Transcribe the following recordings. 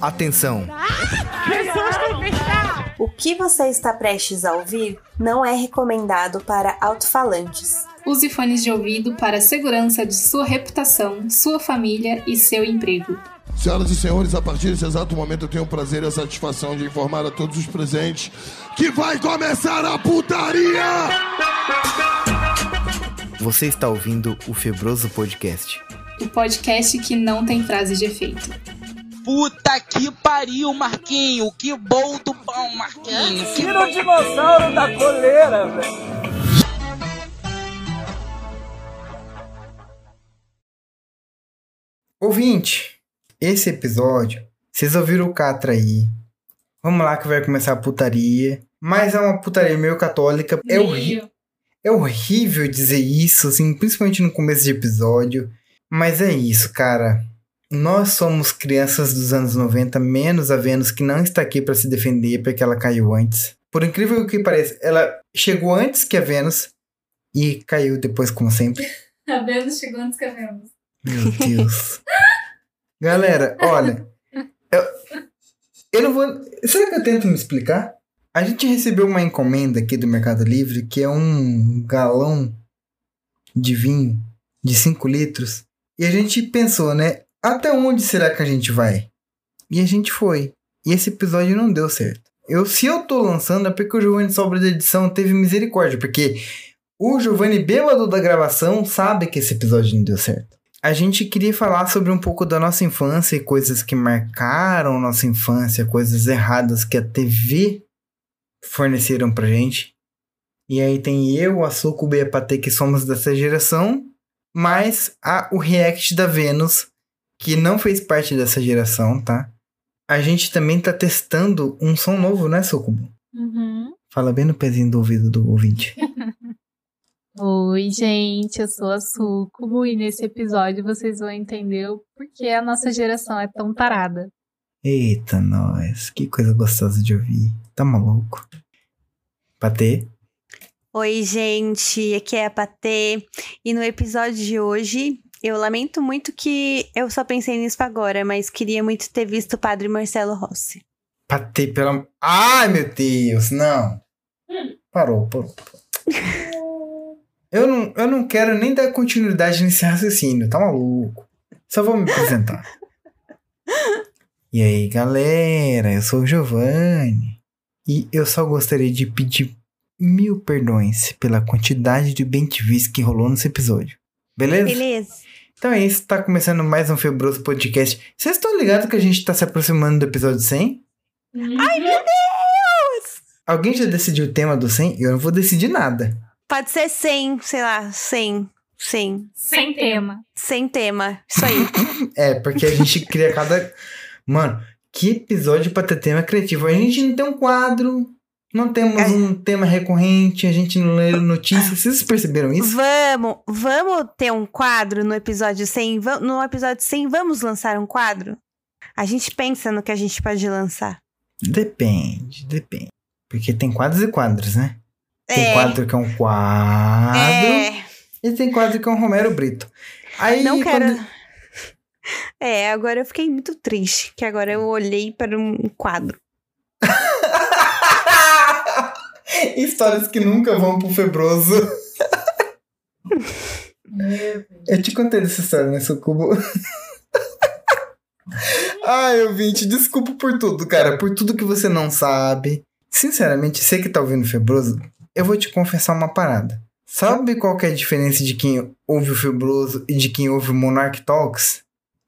Atenção! O que você está prestes a ouvir não é recomendado para alto-falantes. Use fones de ouvido para a segurança de sua reputação, sua família e seu emprego. Senhoras e senhores, a partir desse exato momento eu tenho o prazer e a satisfação de informar a todos os presentes que vai começar a putaria! Você está ouvindo o Febroso Podcast. O podcast que não tem frase de efeito. Puta que pariu, Marquinho. Que bom do pão, Marquinho. Que Tira o dinossauro da coleira, velho. Ouvinte, esse episódio, vocês ouviram o Catra aí. Vamos lá que vai começar a putaria. Mas é uma putaria meio católica. É, horri é horrível dizer isso, assim, principalmente no começo de episódio. Mas é isso, cara. Nós somos crianças dos anos 90, menos a Vênus, que não está aqui para se defender porque ela caiu antes. Por incrível que pareça, ela chegou antes que a Vênus e caiu depois, como sempre. A Vênus Tá chegou antes que a Vênus. Meu Deus. Galera, olha. Eu, eu não vou. Será que eu tento me explicar? A gente recebeu uma encomenda aqui do Mercado Livre que é um galão de vinho de 5 litros. E a gente pensou, né? Até onde será que a gente vai? E a gente foi. E esse episódio não deu certo. Eu, se eu tô lançando, é porque o Giovanni Sobra da edição teve misericórdia, porque o Giovanni bêbado da gravação sabe que esse episódio não deu certo a gente queria falar sobre um pouco da nossa infância e coisas que marcaram nossa infância, coisas erradas que a TV forneceram pra gente. E aí tem eu, a Sucuba e a Patê, que somos dessa geração, mas a, o react da Vênus, que não fez parte dessa geração, tá? A gente também tá testando um som novo, né, Sucubo? Uhum. Fala bem no pezinho do ouvido do ouvinte. Oi, gente, eu sou a Sucubo e nesse episódio vocês vão entender o porquê a nossa geração é tão tarada. Eita, nós, que coisa gostosa de ouvir. Tá maluco? Patê? Oi, gente, aqui é a Patê. E no episódio de hoje, eu lamento muito que eu só pensei nisso agora, mas queria muito ter visto o padre Marcelo Rossi. Patê, pelo amor. Ai, meu Deus, não. Parou, parou. parou. eu, não, eu não quero nem dar continuidade nesse raciocínio, tá maluco? Só vou me apresentar. e aí, galera, eu sou o Giovanni. E eu só gostaria de pedir mil perdões pela quantidade de bentivis que rolou nesse episódio. Beleza? Beleza. Então é isso, tá começando mais um Febroso Podcast. Vocês estão ligados que a gente tá se aproximando do episódio 100? Ai, meu Deus! Alguém já decidiu o tema do 100? Eu não vou decidir nada. Pode ser 100, sei lá, 100, 100, Sem tema. sem tema. Isso aí. É, porque a gente cria cada. Mano, que episódio pra ter tema criativo. A gente não tem um quadro, não temos É. um tema recorrente, a gente não lê notícias. Vocês perceberam isso? vamos, vamos ter um quadro no episódio 100? Va- No episódio 100, vamos lançar um quadro? A gente pensa no que a gente pode lançar. Depende, depende. Porque tem quadros e quadros, né? Tem É. quadro que é um quadro. É, E tem quadro que é um Romero Brito. Aí não quero. quando- É, agora eu fiquei muito triste, que agora eu olhei para um quadro. Histórias que nunca vão pro febroso. eu te contei dessa história, né, Sucubo? Ai, ouvinte, desculpa por tudo, cara. Por tudo que você não sabe. Sinceramente, você que tá ouvindo o Febroso, eu vou te confessar uma parada. Sabe qual que é a diferença de quem ouve o Febroso e de quem ouve o Monarch Talks?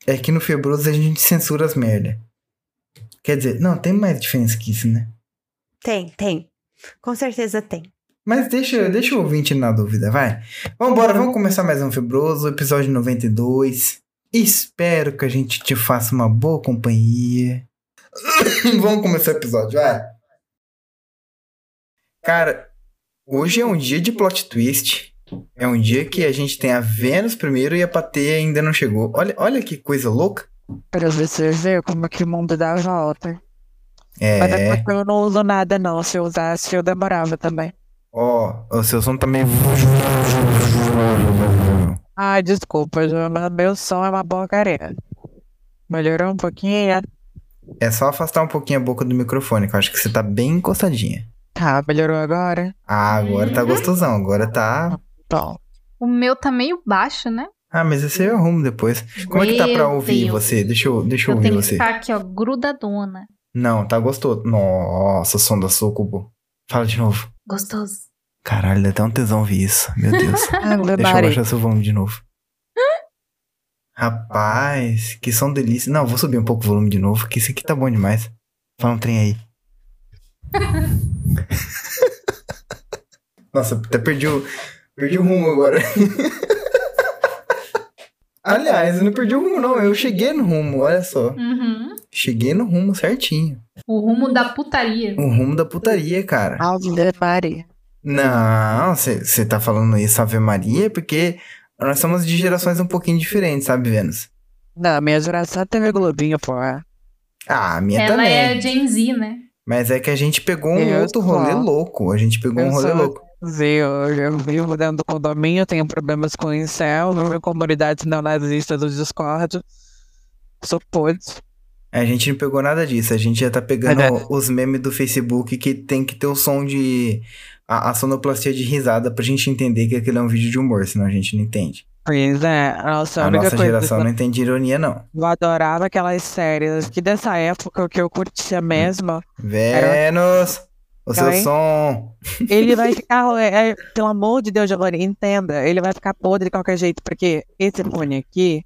É que no Febroso a gente censura as merda. Quer dizer, não, tem mais diferença que isso, né? Tem, tem. Com certeza tem. Mas deixa, deixa o ouvinte na dúvida, vai. Vambora, vamos começar mais um Fibroso, episódio 92. Espero que a gente te faça uma boa companhia. vamos começar o episódio, vai. Cara, hoje é um dia de plot twist. É um dia que a gente tem a Vênus primeiro e a Pateia ainda não chegou. Olha, olha que coisa louca. Para vocês verem como é que o mundo dá volta. Mas é É, porque eu não uso nada não. Se eu usasse, eu demorava também. ó, o seu som tá também. Ai, desculpa, Ju, mas meu som é uma porcaria. Melhorou um pouquinho? É só afastar um pouquinho a boca do microfone, que eu acho que você tá bem encostadinha. Tá, melhorou agora? Ah, agora Uhum. tá gostosão, agora tá. Bom. O meu tá meio baixo, né? Ah, mas esse eu arrumo depois. Como é que tá pra Meu ouvir Deus. você? Deixa eu, deixa eu, eu ouvir tenho você. que ficar aqui, ó, grudadona. Não, tá gostoso. Nossa, som da sucubo. Fala de novo. Gostoso. Caralho, dá até um tesão ouvir isso. Meu Deus. Deixa eu baixar seu volume de novo. Rapaz, que som delícia. Não, vou subir um pouco o volume de novo, que isso aqui tá bom demais. Fala um trem aí. Nossa, até perdi o, perdi o rumo agora. Aliás, eu não perdi o rumo, não. Eu cheguei no rumo, olha só. Uhum. Cheguei no rumo certinho. O rumo da putaria. O rumo da putaria, cara. Ave Maria. Não, você tá falando isso, Ave Maria, porque nós somos de gerações um pouquinho diferentes, sabe, Vênus? Não, minha geração teve Globinho, pô. Ah, a minha Ela também. é a Gen Z, né? Mas é que a gente pegou um Eu outro sou. rolê louco. A gente pegou um Eu rolê sou- louco. Sim, eu, eu vivo dentro do condomínio, tenho problemas com incel, vivo em comunidades neonazistas do Discord. Sou puto. A gente não pegou nada disso. A gente já tá pegando Verdade. os memes do Facebook que tem que ter o som de. A, a sonoplastia de risada pra gente entender que aquilo é um vídeo de humor, senão a gente não entende. Pois é, nossa, a a única nossa coisa geração que eu- não entende ironia, não. eu adorava aquelas séries que dessa época que eu curtia mesmo. Vênus, o seu Oi? som. Ele vai ficar, é, é, pelo amor de Deus, Giovanni, entenda, ele vai ficar podre de qualquer jeito, porque esse fone aqui,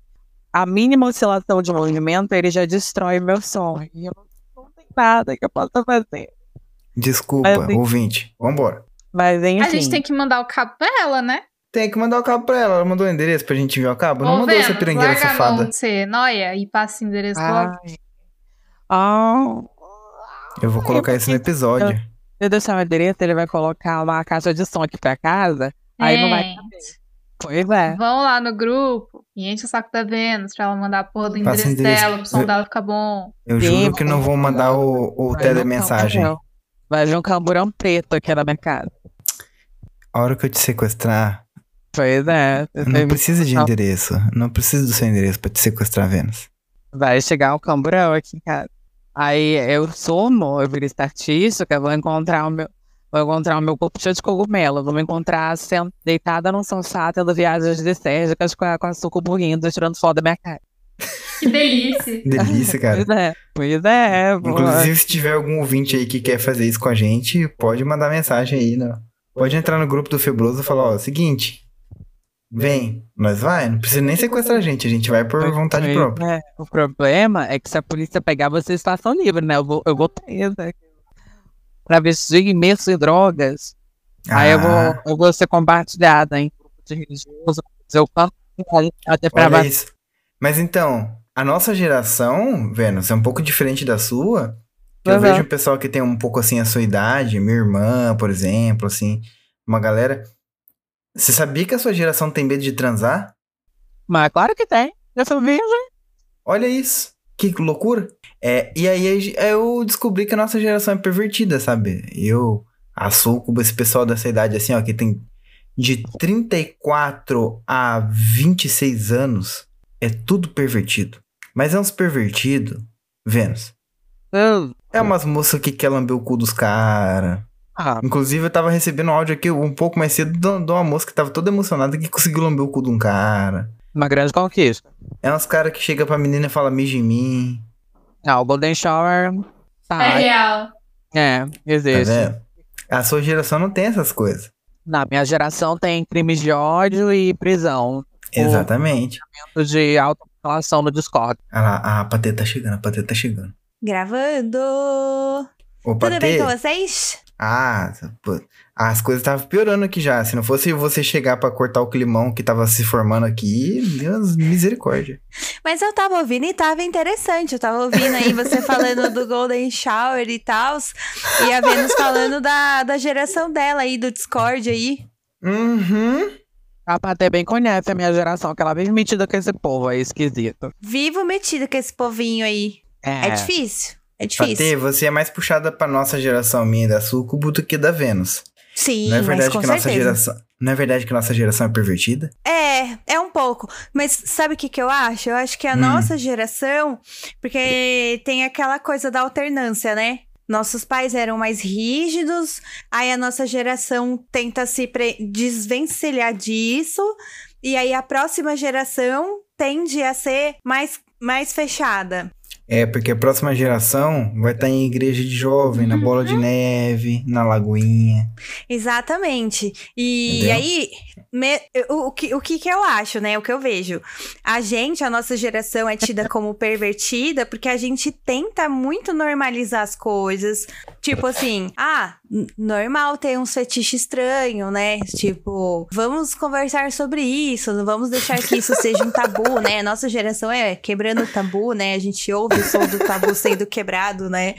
a mínima oscilação de movimento, ele já destrói meu som. E eu não, não tem nada que eu possa fazer. Desculpa, Mas assim- ouvinte. Vambora. Mas enfim. A gente tem que mandar o cabo pra ela, né? Tem que mandar o cabo pra ela. Ela mandou o endereço pra gente enviar o cabo? Não Ô, mandou essa Vênus, pirangueira larga a mão safada. de ser noia e passa esse endereço logo. Ai. Ah, Eu vou colocar isso no episódio. se eu deixar o endereço, ele vai colocar uma caixa de som aqui pra casa. Aí não vai. Gente, Pois Ah. é. Vão lá no grupo e enche o saco da Vênus pra ela mandar a porra do endereço, Passa o endereço. dela, pro som Eu- dela ficar bom. Eu Sim, juro que não vou mandar o, o Vai vir um telemensagem. camburão. Vai vir um camburão preto aqui na minha casa. A hora que eu te sequestrar, Pois é. eu não preciso de endereço. Não preciso do seu endereço pra te sequestrar, Vênus. Vai chegar um camburão aqui em casa. Aí eu sumo, eu viro estatística, vou encontrar o meu. Vou encontrar o meu corpo cheio de cogumelo. Vou me encontrar sent- deitada num sofá, tendo viagens desérgicas com a, com a sucubo rindo, tirando foto da minha cara. Que delícia. Delícia, cara. Pois é. Pois é. pô. Inclusive, se tiver algum ouvinte aí que quer fazer isso com a gente, pode mandar mensagem aí. Não. Pode entrar no grupo do Febroso e falar, ó, seguinte. Vem, nós vai. Não precisa nem sequestrar a gente, a gente vai por vontade Pois própria. é. O problema é que se a polícia pegar você em situação livre, né? Eu vou, eu vou presa. Travesti imerso em drogas. Aí eu vou, Ah, eu vou ser compartilhada em grupo de religioso. Eu canto até É pra Olha isso. Mas então, a nossa geração, Vênus, é um pouco diferente da sua. que Eu Aham. vejo um pessoal que tem um pouco assim a sua idade, minha irmã, por exemplo, assim, uma galera. Você sabia que a sua geração tem medo de transar? Mas claro que tem. Eu sou virgem. Olha isso. Que loucura. É, e aí a ge- eu descobri que a nossa geração é pervertida, sabe? Eu, a Sucuba, esse pessoal dessa idade assim, ó, que tem de 34 a 26 anos, é tudo pervertido. Mas é uns pervertido, Vênus. Eu- É umas moças que quer lamber o cu dos caras. Ah, Inclusive, eu tava recebendo um áudio aqui um pouco mais cedo de de uma moça que tava toda emocionada que conseguiu lamber o cu de um cara. uma grande conquista. É uns caras que chega pra menina e fala, mija em mim. Ah, o Golden É Shower. Tá. real. É, Tá existe. vendo? A sua geração não tem essas coisas. Na minha geração tem crimes de ódio e prisão. Exatamente. De alta relação no Discord. Ah lá, ah, a Patê tá chegando, a Patê tá chegando. Gravando! Ô, Tudo Patê, bem com vocês? ah, pô, as coisas estavam piorando aqui já. Se não fosse você chegar pra cortar o climão que tava se formando aqui, Deus, misericórdia. Mas eu tava ouvindo e tava interessante. Eu tava ouvindo aí você falando do Golden Shower e tal. E a Vênus falando da, da geração dela aí, do Discord aí. Uhum. A Patê bem conhece a minha geração, que ela é bem metida com esse povo aí, esquisito. Vivo metido com esse povinho aí. É, difícil. É difícil. Patê, você é mais puxada pra nossa geração minha e da Sucubo do que da Vênus. Sim, Não é verdade mas com que nossa certeza. geração. Não é verdade que nossa geração é pervertida? É, é um pouco. Mas sabe o que, que eu acho? Eu acho que a Hum. nossa geração, porque tem aquela coisa da alternância, né? Nossos pais eram mais rígidos, aí a nossa geração tenta se pre- desvencilhar disso, e aí a próxima geração tende a ser mais, mais fechada. É, porque a próxima geração vai estar em igreja de jovem, na bola Uhum. de neve, na lagoinha. Exatamente. E Entendeu? aí, me- o, o que, o que que eu acho, né? O que eu vejo. A gente, a nossa geração é tida como pervertida porque a gente tenta muito normalizar as coisas. Tipo assim, ah, n- normal ter uns fetiches estranhos, né? Tipo, vamos conversar sobre isso, não vamos deixar que isso seja um tabu, né? Nossa geração é quebrando o tabu, né? A gente ouve o som do tabu sendo quebrado, né?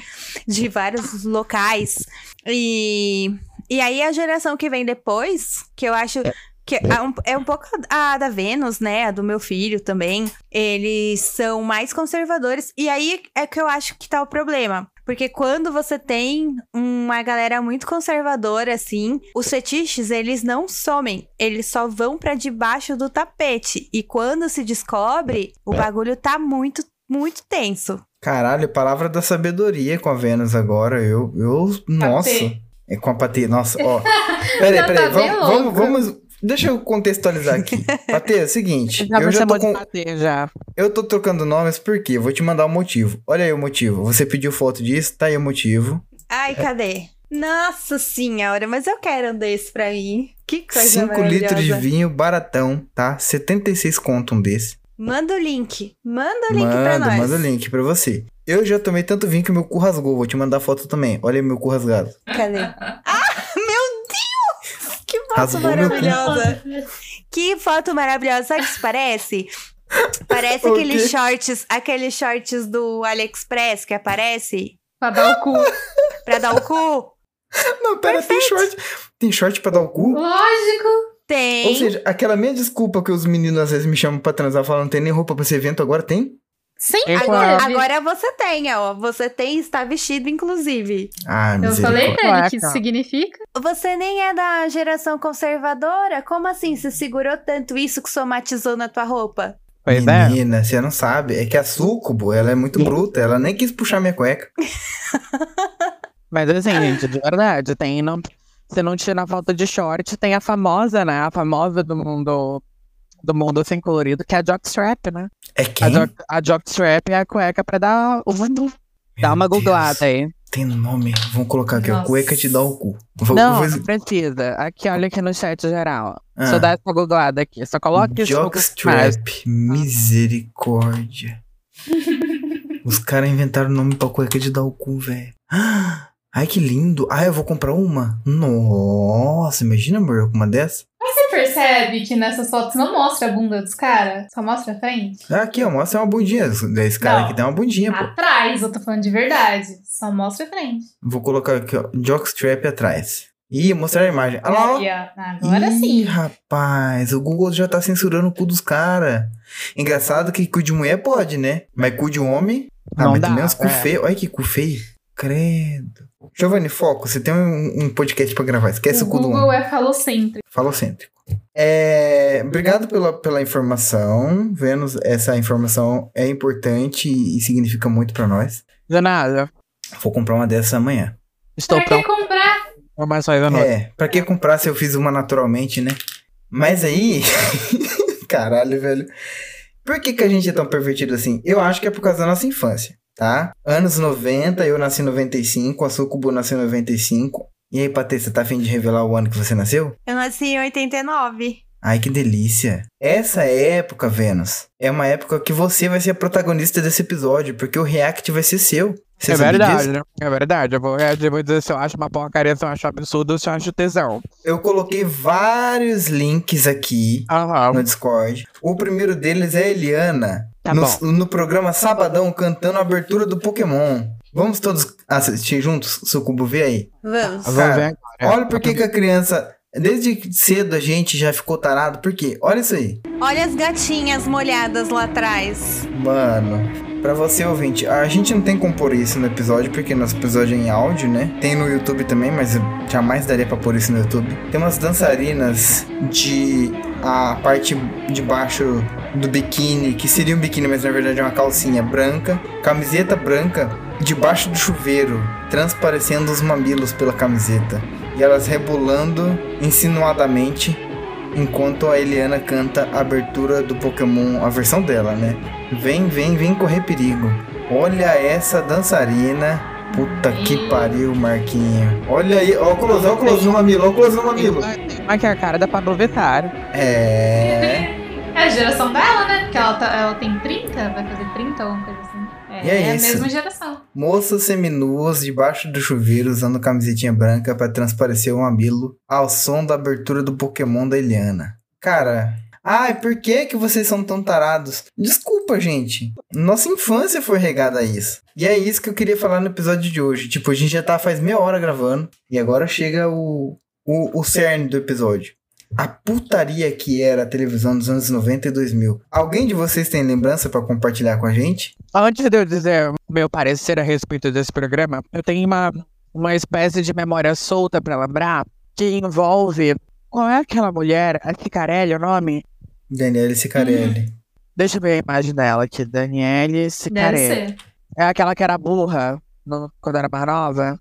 De vários locais. E e aí a geração que vem depois, que eu acho que é um, é um pouco a a da Vênus, né? A do meu filho também. Eles são mais conservadores. E aí é que eu acho que tá o problema. Porque quando você tem uma galera muito conservadora, assim, os fetiches, eles não somem. Eles só vão pra debaixo do tapete. E quando se descobre, o bagulho tá muito, muito tenso. Caralho, palavra da sabedoria com a Vênus agora. Eu. eu nossa. É com a Patê. Nossa, ó. Peraí, Já tá bem peraí. vamos, louco. vamos, vamos. Deixa eu contextualizar aqui. Patê, é o seguinte. Já eu me já chamou tô com, de patê, já. Eu tô trocando nomes porque eu vou te mandar o motivo. Olha aí o motivo. Você pediu foto disso, tá aí o motivo. Ai, cadê? Nossa senhora, mas eu quero um desse pra mim. Que coisa 5 litros de maravilhosa. vinho baratão, tá? 76 conto um desse. Manda o link. Manda o link pra manda, nós. manda o link pra você. Eu já tomei tanto vinho que meu cu rasgou. Vou te mandar foto também. Olha aí meu cu rasgado. Cadê? Ah, meu Deus! Que foto Rasgou meu cu. maravilhosa! Que foto maravilhosa! Sabe o que isso parece? Parece O aqueles quê? shorts, aqueles shorts do AliExpress que aparece Pra dar o cu. pra dar o cu. Não, pera, tem short. Tem short pra dar o cu? Lógico. Tem. Ou seja, aquela minha desculpa que os meninos às vezes me chamam pra transar, falam, não tem nem roupa pra esse evento agora, tem? Sim, Eu agora, falei- agora você tem, ó. Você tem e está vestido, inclusive. Ah, Eu misericórdia. falei pra ele que tá. Caraca. isso significa. Você nem é da geração conservadora? Como assim? Você segurou tanto isso que somatizou na tua roupa? Pois é. Menina, você não sabe. É que a Sucubo, ela é muito bruta. Ela nem quis puxar minha cueca. Mas assim, gente, de verdade, tem. Não, se não tira a falta de short, tem a famosa, né? A famosa do mundo. Do mundo sem colorido, que é a jockstrap, né? É A, quem? jock, a jockstrap é a cueca pra dar o mundo. Dá Meu uma Deus. googlada aí. Tem nome. Vamos colocar aqui, ó. Nossa. Cueca te dá o cu. Vou, Não, vou- não precisa. Aqui, olha aqui no chat geral. Ah. Só dá essa googlada aqui. Só coloca isso. no Google Imagens. Jockstrap. Misericórdia. Os caras inventaram o nome pra cueca de dar o cu, velho. Ah, Ai, que lindo. Ah, eu vou comprar uma? Nossa, imagina, amor, eu com uma dessa. Você percebe que nessas fotos não mostra a bunda dos caras? Só mostra a frente? Ah, Aqui, ó, mostra uma bundinha. Esse cara Não. Ah. aqui tem uma bundinha, pô. Atrás, eu tô falando de verdade. Só mostra a frente. Vou colocar aqui, ó. Jockstrap atrás. Ih, mostrar a imagem. Olha lá, ó. Aí, ó. Agora Ih, sim. rapaz, o Google já tá censurando o cu dos caras. Engraçado que cu de mulher pode, né? Mas cu de homem. Ah, Não mas dá, também uns cu é. feio. Olha que cu feio. Credo. Giovanni, foco. Você tem um, um podcast pra gravar. Esquece o, o cu do Google homem. é falocêntrico. Falocêntrico. É, obrigado pela, pela informação. Vênus, essa informação é importante e, e significa muito pra nós. De nada. Vou comprar uma dessa amanhã. Estou pra que pronto comprar? para mais uma noite. É, pra que comprar se eu fiz uma naturalmente, né? Mas aí. Caralho, velho. Por que, que a gente é tão pervertido assim? Eu acho que é por causa da nossa infância, tá? Anos 90, eu nasci em 95, a Sucubo nasceu em 95. E aí, Patê, você tá afim de revelar o ano que você nasceu? Eu nasci em 89. Ai, que delícia. Essa época, Vênus, é uma época que você vai ser a protagonista desse episódio, porque o react vai ser seu. Você É sabia verdade, disso? né? é verdade. Eu vou, eu vou dizer se eu acho uma porcaria, se eu acho absurdo, se eu acho tesão. Eu coloquei vários links aqui Aham. no Discord. O primeiro deles é a Eliana, Tá no, bom. no programa Sabadão, cantando a abertura do Pokémon. Vamos todos assistir juntos, Sucubo, vê aí. Vamos. Vamos cara, ver agora. Olha por que que a criança, desde cedo a gente já ficou tarado, por quê? Olha isso aí. Olha as gatinhas molhadas lá atrás. Mano, Pra você, ouvinte, a gente não tem como pôr isso no episódio, porque nosso episódio é em áudio, né? Tem no YouTube também, mas eu jamais daria pra pôr isso no YouTube. Tem umas dançarinas de a parte de baixo do biquíni, que seria um biquíni, mas na verdade é uma calcinha branca, camiseta branca, debaixo do chuveiro, transparecendo os mamilos pela camiseta. E elas rebolando insinuadamente, enquanto a Eliana canta a abertura do Pokémon, a versão dela, né? Vem, vem, vem correr perigo. Olha essa dançarina. Puta que pariu, Marquinho. Olha aí, óculos, óculos no mamilo, óculos no mamilo. Mas que é a cara da Pablo Vittar. É. É a geração dela, né? Porque ela, tá- ela tem 30, vai fazer 30 ou alguma coisa assim. É, E é é a isso. mesma geração. Moças seminuas debaixo do chuveiro usando camisetinha branca pra transparecer o mamilo ao som da abertura do Pokémon da Eliana. Cara, ai, por que que vocês são tão tarados? Desculpa, gente. Nossa infância foi regada a isso. E é isso que eu queria falar no episódio de hoje. Tipo, a gente já tá faz meia hora gravando e agora chega o, o, o cerne do episódio. A putaria que era a televisão dos anos 90 e 2000. Alguém de vocês tem lembrança pra compartilhar com a gente? Antes de eu dizer o meu parecer a respeito desse programa, eu tenho uma, uma espécie de memória solta pra lembrar que envolve. Qual é aquela mulher? A Cicarelli, é o nome? Daniele Sicarelli. Deixa eu ver a imagem dela aqui. Daniele Deve Cicarelli. ser. É aquela que era burra no- quando era mais nova.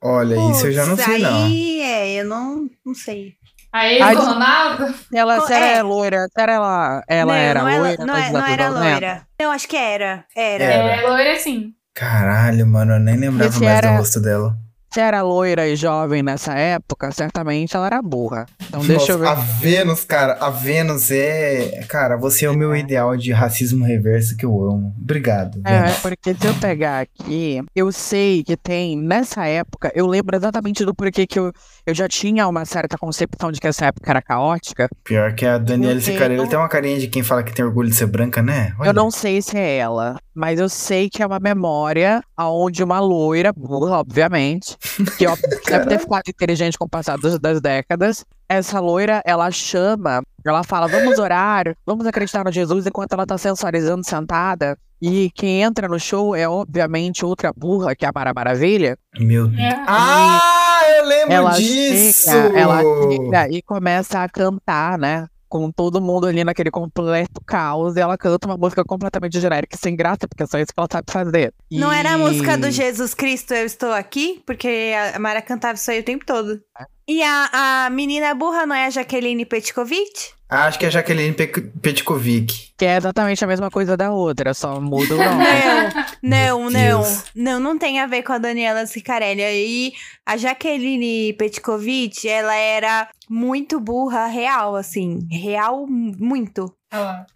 Olha, isso eu já não Putz, sei, não. Aí é, eu não, não sei. A ex Ai, do gente. Ronaldo? Ela Co- se era é. loira, se era ela, ela não, era não loira. não, é- mas né? não ela era não lembra. loira. Não, acho que era. Era. Era. É, loira sim. Caralho, mano, eu nem lembrava Esse mais era- do rosto dela. Se era loira e jovem nessa época, certamente ela era burra. Então deixa eu ver. Nossa, A Vênus, cara, a Vênus é. Cara, você é o meu ideal de racismo reverso que eu amo. Obrigado. É, Vênus. porque se eu pegar aqui, eu sei que tem, nessa época, eu lembro exatamente do porquê que eu, eu já tinha uma certa concepção de que essa época era caótica. Pior que a Daniela Eu tenho- Sicarelli tem uma carinha de quem fala que tem orgulho de ser branca, né? Olha. Eu não sei se é ela, mas eu sei que é uma memória onde uma loira, burra, obviamente, que ó, que deve ter ficado inteligente com o passar das, das décadas, essa loira, ela chama, ela fala, vamos orar, vamos acreditar no Jesus, enquanto ela tá sensualizando sentada. E quem entra no show é, obviamente, outra burra, que é a Mara Maravilha. Meu Deus. É. Ah, eu lembro ela disso! chega, ela chega e começa a cantar, né? Com todo mundo ali naquele completo caos, e ela canta uma música completamente genérica, e sem graça, porque é só isso que ela sabe fazer. Não era a música do jeito. Jesus Cristo, eu estou aqui? Porque a Mara cantava isso aí o tempo todo. É. E a, a menina burra não é a Jaqueline Petkovic? Acho que é a Jaqueline Pe- Petkovic. Que é exatamente a mesma coisa da outra, só muda o nome. Não, não, Meu não. Deus. Não, não tem a ver com a Daniela Sicarelli. Aí a Jaqueline Petkovic, ela era muito burra, real, assim. Real, muito. Olha lá.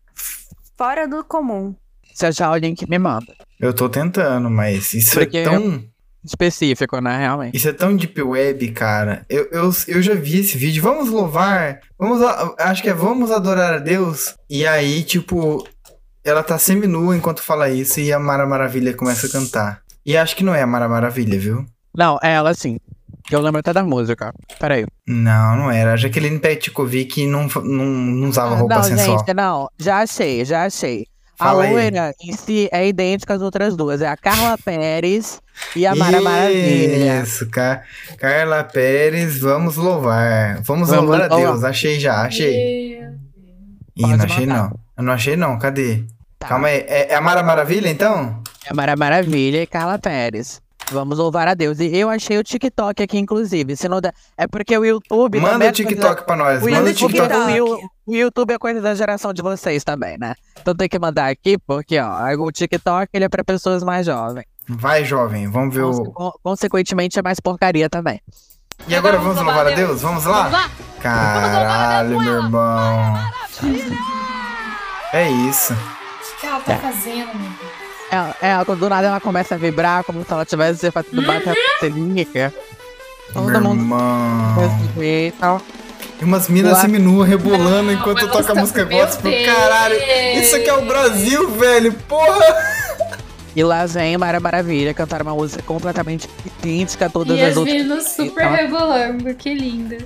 Fora do comum. Você já o link me manda. Eu tô tentando, mas isso Porque- é tão. Específico, né? Realmente. Isso é tão deep web, cara. Eu, eu, eu já vi esse vídeo. Vamos louvar. Vamos. a- Acho que é vamos adorar a Deus. E aí, tipo, ela tá seminua enquanto fala isso e a Mara Maravilha começa a cantar. E acho que não é a Mara Maravilha, viu? Não, é ela sim. Eu lembro até da música. Peraí. Não, não era. A Jaqueline Petkovic não, fa- não, não usava Ah, Tá, roupa não, sensual. gente, não. Já achei, já achei. Fala a aí. loira em si é idêntica às outras duas. É a Carla Pérez e é a Mara Maravilha. Isso, Ca- Carla Pérez, vamos louvar. Vamos, Vamos louvar a louvar. Deus. Achei já, achei. E- Ih, Pode não achei mandar. não. Eu não achei não. Cadê? Tá. Calma aí. É, é a Mara Maravilha, então? É Mara Maravilha e Carla Pérez. Vamos louvar a Deus. E eu achei o TikTok aqui, inclusive. Se não der... É porque o YouTube. também Manda é o coisa- TikTok pra nós. O Manda o YouTube, TikTok. o Yu- o YouTube é coisa da geração de vocês também, né? Então tem que mandar aqui, porque ó, o TikTok ele é pra pessoas mais jovens. Vai, jovem. Vamos ver o. Conse- Consequentemente é mais porcaria também. E agora vamos louvar a Deus? Vamos lá? Caralho, meu irmão. É isso. O que ela tá fazendo, meu Deus? Ela, ela, quando É, do nada ela começa a vibrar como se ela tivesse tipo, fazendo batata clínica. Todo Meu mundo irmão. desse jeito. E umas minas Lá- seminuas rebolando enquanto mas toca a tá- música Meu gospel. Deus. Caralho. Isso aqui é o Brasil, velho. Porra. E lá vem Mara Maravilha cantar uma música completamente idêntica a todas E as as outras. meninas super Então, rebolando, que linda.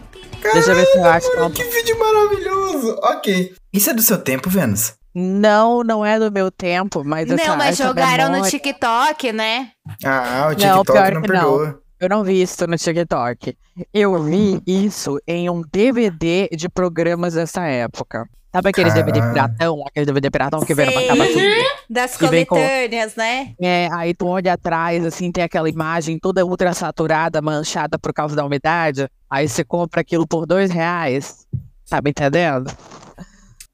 Deixa eu ver se eu acho. que ela- Que vídeo maravilhoso. Ok. Isso é do seu tempo, Vênus? Não, não é do meu tempo, mas assim, essa, Não, mas essa jogaram no memória- TikTok, né? Ah, o Não, TikTok pior não, que não. perdoa. Eu não vi isso no TikTok. Eu vi isso em um DVD de programas dessa época. Sabe aquele DVD Caralho. piratão? Aquele DVD piratão que vem Sei. pra capa tudo. Das E vem com- coletâneas, né? É, aí tu olha atrás, assim, tem aquela imagem toda ultra saturada, manchada por causa da umidade. Aí você compra aquilo por dois reais. Tá me entendendo?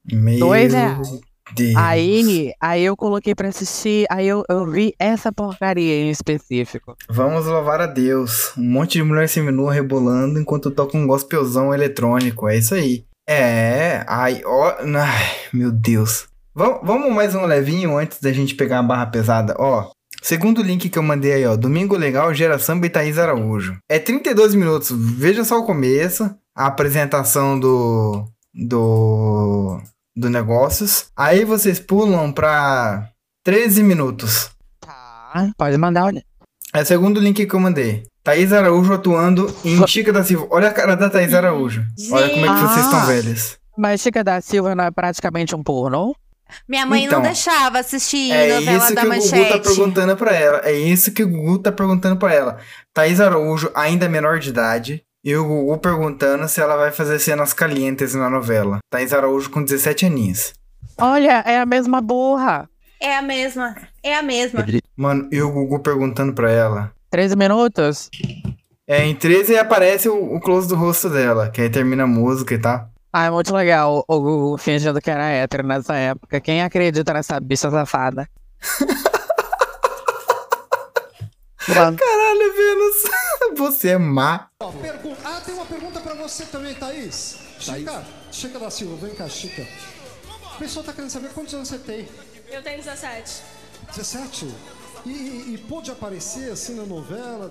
Meu Dois reais. Deus. Aí, aí eu coloquei pra assistir, aí eu, eu vi essa porcaria em específico. Vamos louvar a Deus. Um monte de mulher seminua rebolando enquanto toca um gospelzão eletrônico. É isso aí. É, ai, ó, ai, meu Deus. Vam- vamos mais um levinho antes da gente pegar a barra pesada, ó. Segundo o link que eu mandei aí, ó, Domingo Legal, Gera Samba e Thaís Araújo. É 32 minutos, veja só o começo, a apresentação do do do negócios. Aí vocês pulam pra 13 minutos. Ah, pode mandar olha. É o segundo link que eu mandei. Thaís Araújo atuando em Chica da Silva. Olha a cara da Thaís Araújo. Olha como é que vocês estão Ah. velhas. Mas Chica da Silva não é praticamente um pornô? Minha mãe Então, não deixava assistir É novela isso da que o Gugu tá manchete. perguntando pra ela. É isso que o Gugu tá perguntando pra ela. Thaís Araújo, ainda é menor de idade. E o Gugu perguntando se ela vai fazer cenas calientes na novela. Thaís Araújo com 17 aninhos. Olha, é a mesma borra. É a mesma. É a mesma. Mano, e o Gugu perguntando pra ela. 13 minutos? É, em 13 aparece o, o close do rosto dela. Que aí termina a música e tá. tal. Ah, é muito legal o Gugu fingindo que era hétero nessa época. Quem acredita nessa bicha safada? Mano, Caralho, Vênus. Você é má. Pergun- Ah, tem uma pergunta pra você também, Thaís. Chica, Chica da Silva, vem cá, Chica. O pessoal tá querendo saber quantos anos você tem. Eu tenho 17. 17? E, e, e pôde aparecer assim na novela?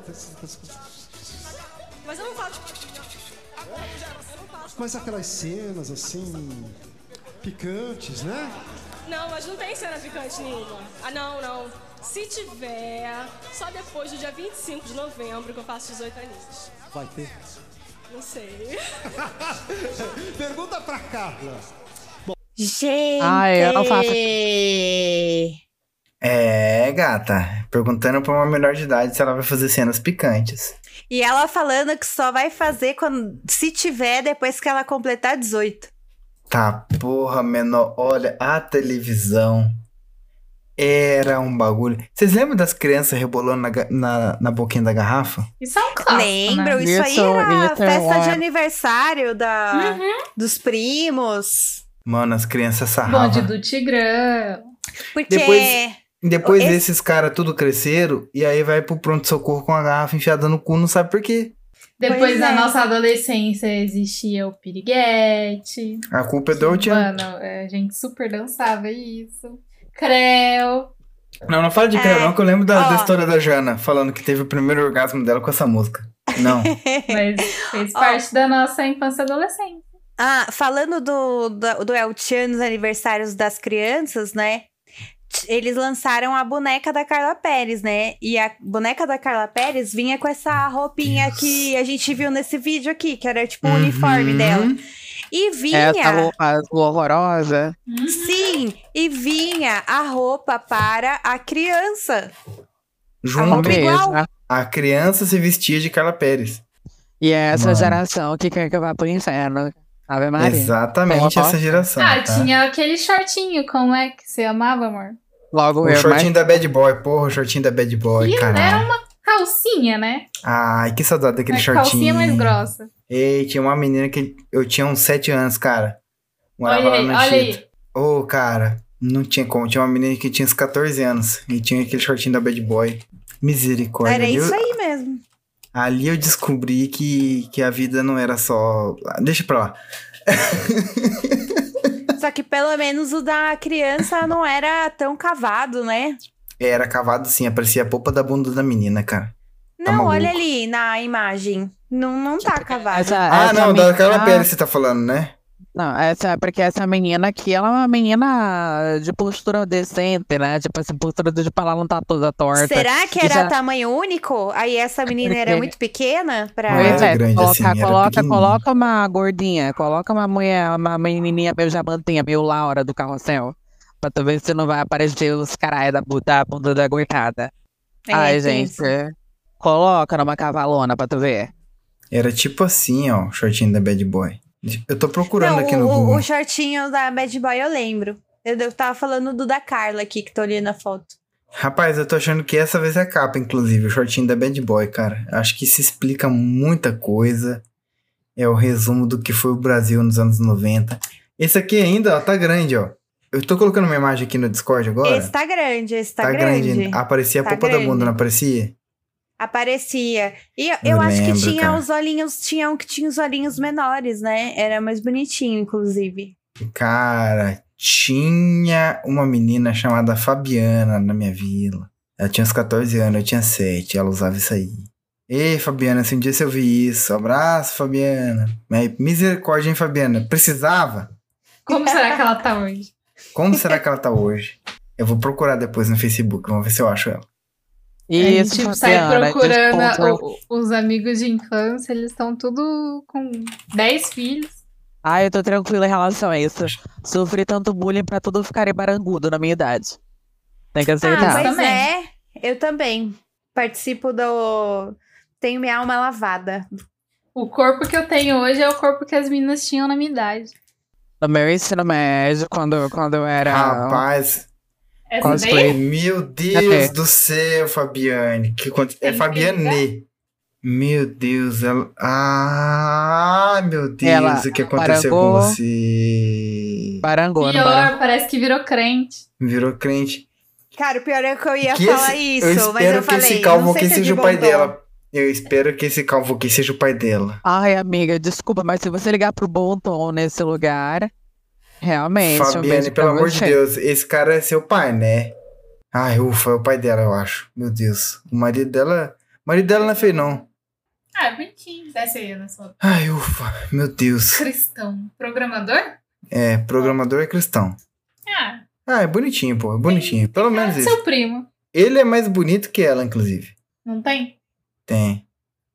Mas eu não falo. tipo, tchuc, tchuc, tchuc, tchuc, tchuc. Eu não falo. Mas aquelas cenas assim. picantes, né? Não, mas não tem cena picante nenhuma. Ah, não, não. Se tiver, só depois do dia 25 de novembro que eu faço 18 aninhos. Vai ter. Não sei. pergunta pra Carla. Gente! Ai, eu não faço- É, gata. Perguntando pra uma menor de idade se ela vai fazer cenas picantes. E ela falando que só vai fazer quando se tiver depois que ela completar 18. Tá, porra, menor. Olha, a televisão era um bagulho. Vocês lembram das crianças rebolando na, ga- na, na boquinha da garrafa? Isso é um Lembram? né? Isso aí Isso, era a isso festa de era- aniversário da, dos primos. Mano, as crianças Bonde sarravam. do Tigrão. Porque Depois- Depois Esse- desses caras tudo cresceram e aí vai pro pronto-socorro com a garrafa enfiada no cu, não sabe por quê. Depois Pois da é. nossa adolescência existia o piriguete. A culpa é do Eltian. Mano, é, a gente super dançava isso. Creu. Não, não fala de É. cara, não, que eu lembro da, da Ó. história da Jana falando que teve o primeiro orgasmo dela com essa música. Não. Mas fez parte da nossa infância e adolescência. Ah, falando do, do, do El Chan nos aniversários das crianças, né? T- Eles lançaram a boneca da Carla Pérez, né? E a boneca da Carla Pérez vinha com essa roupinha que a gente viu nesse vídeo aqui, que era tipo o uniforme Uhum. dela. E vinha. essa roupa azul horrorosa. Sim, e vinha a roupa para a criança. Junto, Mesmo. a criança se vestia de Carla Pérez. E é essa Mano. geração que quer que eu vá pro inferno. Ave Maria. Exatamente Ó, ó. essa geração. Ah, tá? tinha aquele shortinho, como é que você amava, amor? Logo O eu, shortinho mas... da Bad Boy, porra, o shortinho da Bad Boy, E era caralho. uma calcinha, né? Ai, que saudade daquele uma shortinho. calcinha mais grossa. Ei, tinha uma menina que eu tinha uns 7 anos, cara. Morava Olha aí, lá na olha Chita. aí. Ô, cara, não tinha como. Tinha uma menina que tinha uns 14 anos e tinha aquele shortinho da Bad Boy. Misericórdia. era ali eu- isso aí mesmo. Ali eu descobri que, que a vida não era só. Ah, Deixa pra lá. Só que pelo menos o da criança não era tão cavado, né? Era cavado sim, aparecia a polpa da bunda da menina, cara. Tá Não, maluco. olha ali na imagem. Não, não tá cavado. Ah, Tipo, essa não, menina- da Carla Pérez você tá falando, né? Não, essa, porque essa menina aqui, ela é uma menina de postura decente, né? Tipo assim, postura de pala não tá toda torta. é Será que E era já- tamanho único? Aí essa menina era muito pequena pra. Pois é, grande coloca, assim, era coloca, pequenininha. coloca uma gordinha, coloca uma mulher, uma menininha meio jabantinha, meio Laura do carrossel. Mas também você não vai aparecer os caralho da, bu- da bunda da coitada. É, Ai, tem gente. Coloca numa cavalona pra tu ver. Era tipo assim, ó, o shortinho da Bad Boy. Eu tô procurando Não, aqui o, no o- Google. o shortinho da Bad Boy eu lembro. Eu, eu tava falando do da Carla aqui, que tô olhando a foto. Rapaz, eu tô achando que essa vez é a capa, inclusive, o shortinho da Bad Boy, cara. Acho que se explica muita coisa. É o resumo do que foi o Brasil nos anos 90. Esse aqui ainda, ó, tá grande, ó. Eu tô colocando uma imagem aqui no Discord agora. Esse tá grande, esse tá, Tá grande. Aparecia Tá a polpa grande. da bunda, não aparecia? Aparecia. E eu, Eu acho que lembro, tinha cara. os olhinhos, tinha um que tinha os olhinhos menores, né? Era mais bonitinho, inclusive. Cara, tinha uma menina chamada Fabiana na minha vila. Ela tinha uns 14 anos, eu tinha 7. Ela usava isso aí. Ei, Fabiana, se um dia você ouvir isso, abraço, Fabiana. Mas misericórdia, hein, Fabiana? Precisava? Como será que ela tá hoje? Como será que ela tá hoje? Eu vou procurar depois no Facebook, vamos ver se eu acho ela. Isso, tipo, sai Fabiana, procurando desconto. o- os amigos de infância, eles estão tudo com 10 filhos. Ai, eu tô tranquila em relação a isso. Sofri tanto bullying pra tudo ficar barangudo na minha idade. Tem que Ah, aceitar. pois é. Eu também. Participo do. Tenho minha alma lavada. O corpo que eu tenho hoje é o corpo que as meninas tinham na minha idade. No meu ensino médio, quando, quando eu era. um Rapaz. Essa Cosplay. daí? Meu Cadê? Deus do céu, Fabiane. Que quanto... É Fabiane. Meu Deus, ela. Ah, meu Deus, Ela o que aconteceu parangou. com você? Parangou, Pior, parece que virou crente. Virou crente. Cara, o pior é que eu ia Que falar esse- isso, eu mas eu espero que falei. esse não calvo sei aqui se é de seja o pai bom tom. dela. Eu espero que esse calvo aqui seja o pai dela. Ai, amiga, desculpa, mas se você ligar pro Bom Tom nesse lugar, realmente. um Fabiane, beijo pra pelo amor de você. Deus, esse cara é seu pai, né? Ai, ufa, é o pai dela, eu acho. Meu Deus. O marido dela. O marido dela não é feio, não. Ah, bonitinho. Desce aí na sua. Ai, ufa. Meu Deus. Cristão. Programador? É, programador é cristão. Ah, Ah, é bonitinho, pô. É bonitinho. Pelo menos seu isso. primo. Ele é mais bonito que ela, inclusive. Não tem? Tem.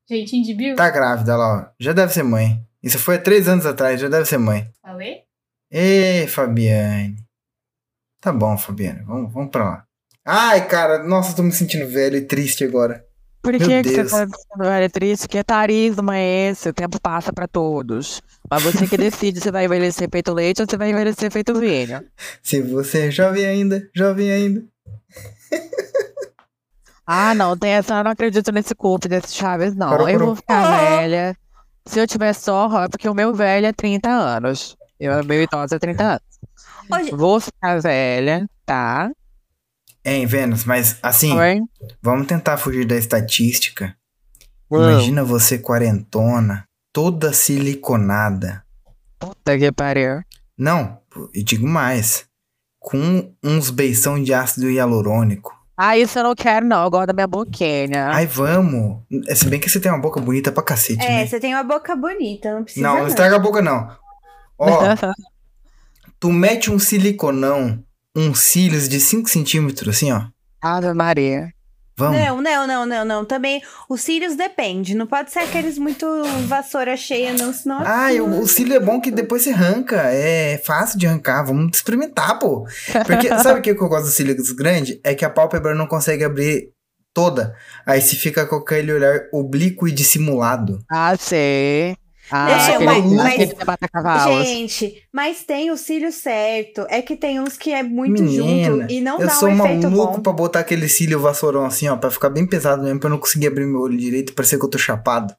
Jeitinho de bio? Tá grávida lá, ó. Já deve ser mãe. Isso foi há três anos atrás, já deve ser mãe. Falei? Ei, Fabiane. Tá bom, Fabiane. Vamos, vamos pra lá. Ai, cara, nossa, eu tô me sentindo velho e triste agora. Por Meu que, que você Deus. tá sendo meretriz? Que tarisma é esse? O tempo passa pra todos. Mas você que decide se vai envelhecer feito leite ou se vai envelhecer feito vinho. Se você é jovem ainda, jovem ainda. Ah, não, tem essa, eu não acredito nesse culto desse Chaves, não. Parou, Eu parou. vou ficar velha. Se eu tiver sorro, é porque o meu velho é 30 anos. Eu, meu idoso é 30 anos. Vou ficar velha, tá? Hein, Vênus, mas assim, Oi? vamos tentar fugir da estatística. Uau. Imagina você quarentona, toda siliconada. Puta que pariu. Não, eu digo mais. Com uns beição de ácido hialurônico. Ah, isso eu não quero, não. Eu gosto da minha boquinha. Ai, vamos. É, Se bem que você tem uma boca bonita pra cacete, Ah, É, né? você tem uma boca bonita, não precisa. Não, não estraga a boca, não. Ó, tu mete um siliconão, uns cílios de 5 centímetros, assim, ó. Ave Maria. Vamos. Não, é não, não, não, não. Também os cílios depende. Não pode ser aqueles muito vassoura cheia, não, senão. Ah, eu- o cílio é bom que depois se arranca. É fácil de arrancar. Vamos experimentar, pô. Porque sabe o que eu gosto dos cílios grandes? É que a pálpebra não consegue abrir toda. Aí se fica com aquele olhar oblíquo e dissimulado. Ah, sei. Ah, Não, aquele, mas- mas- aquele que mata cavalos. Gente, mas tem o cílio certo. É que tem uns que é muito Menina, junto e não eu dá sou um efeito maluco bom. pra botar aquele cílio vassourão assim, ó, pra ficar bem pesado mesmo, pra eu não conseguir abrir meu olho direito, parecer que eu tô chapado.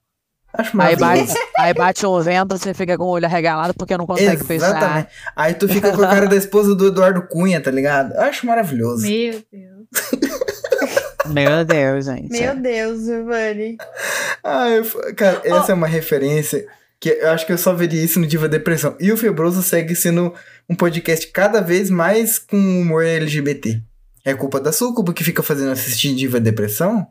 Acho Aí bate, maravilhoso. aí bate um vento, você fica com o olho arregalado porque não consegue fechar. Exatamente. Aí tu fica com a cara da esposa do Eduardo Cunha, tá ligado? Eu acho maravilhoso. Meu Deus. Meu Deus, gente. Meu Deus, Giovanni. Ah, eu f- cara, essa é uma referência que eu acho que eu só veria isso no Diva Depressão. E o Febroso segue sendo um podcast cada vez mais com humor LGBT. É culpa da Sucubo que fica fazendo assistir Diva Depressão?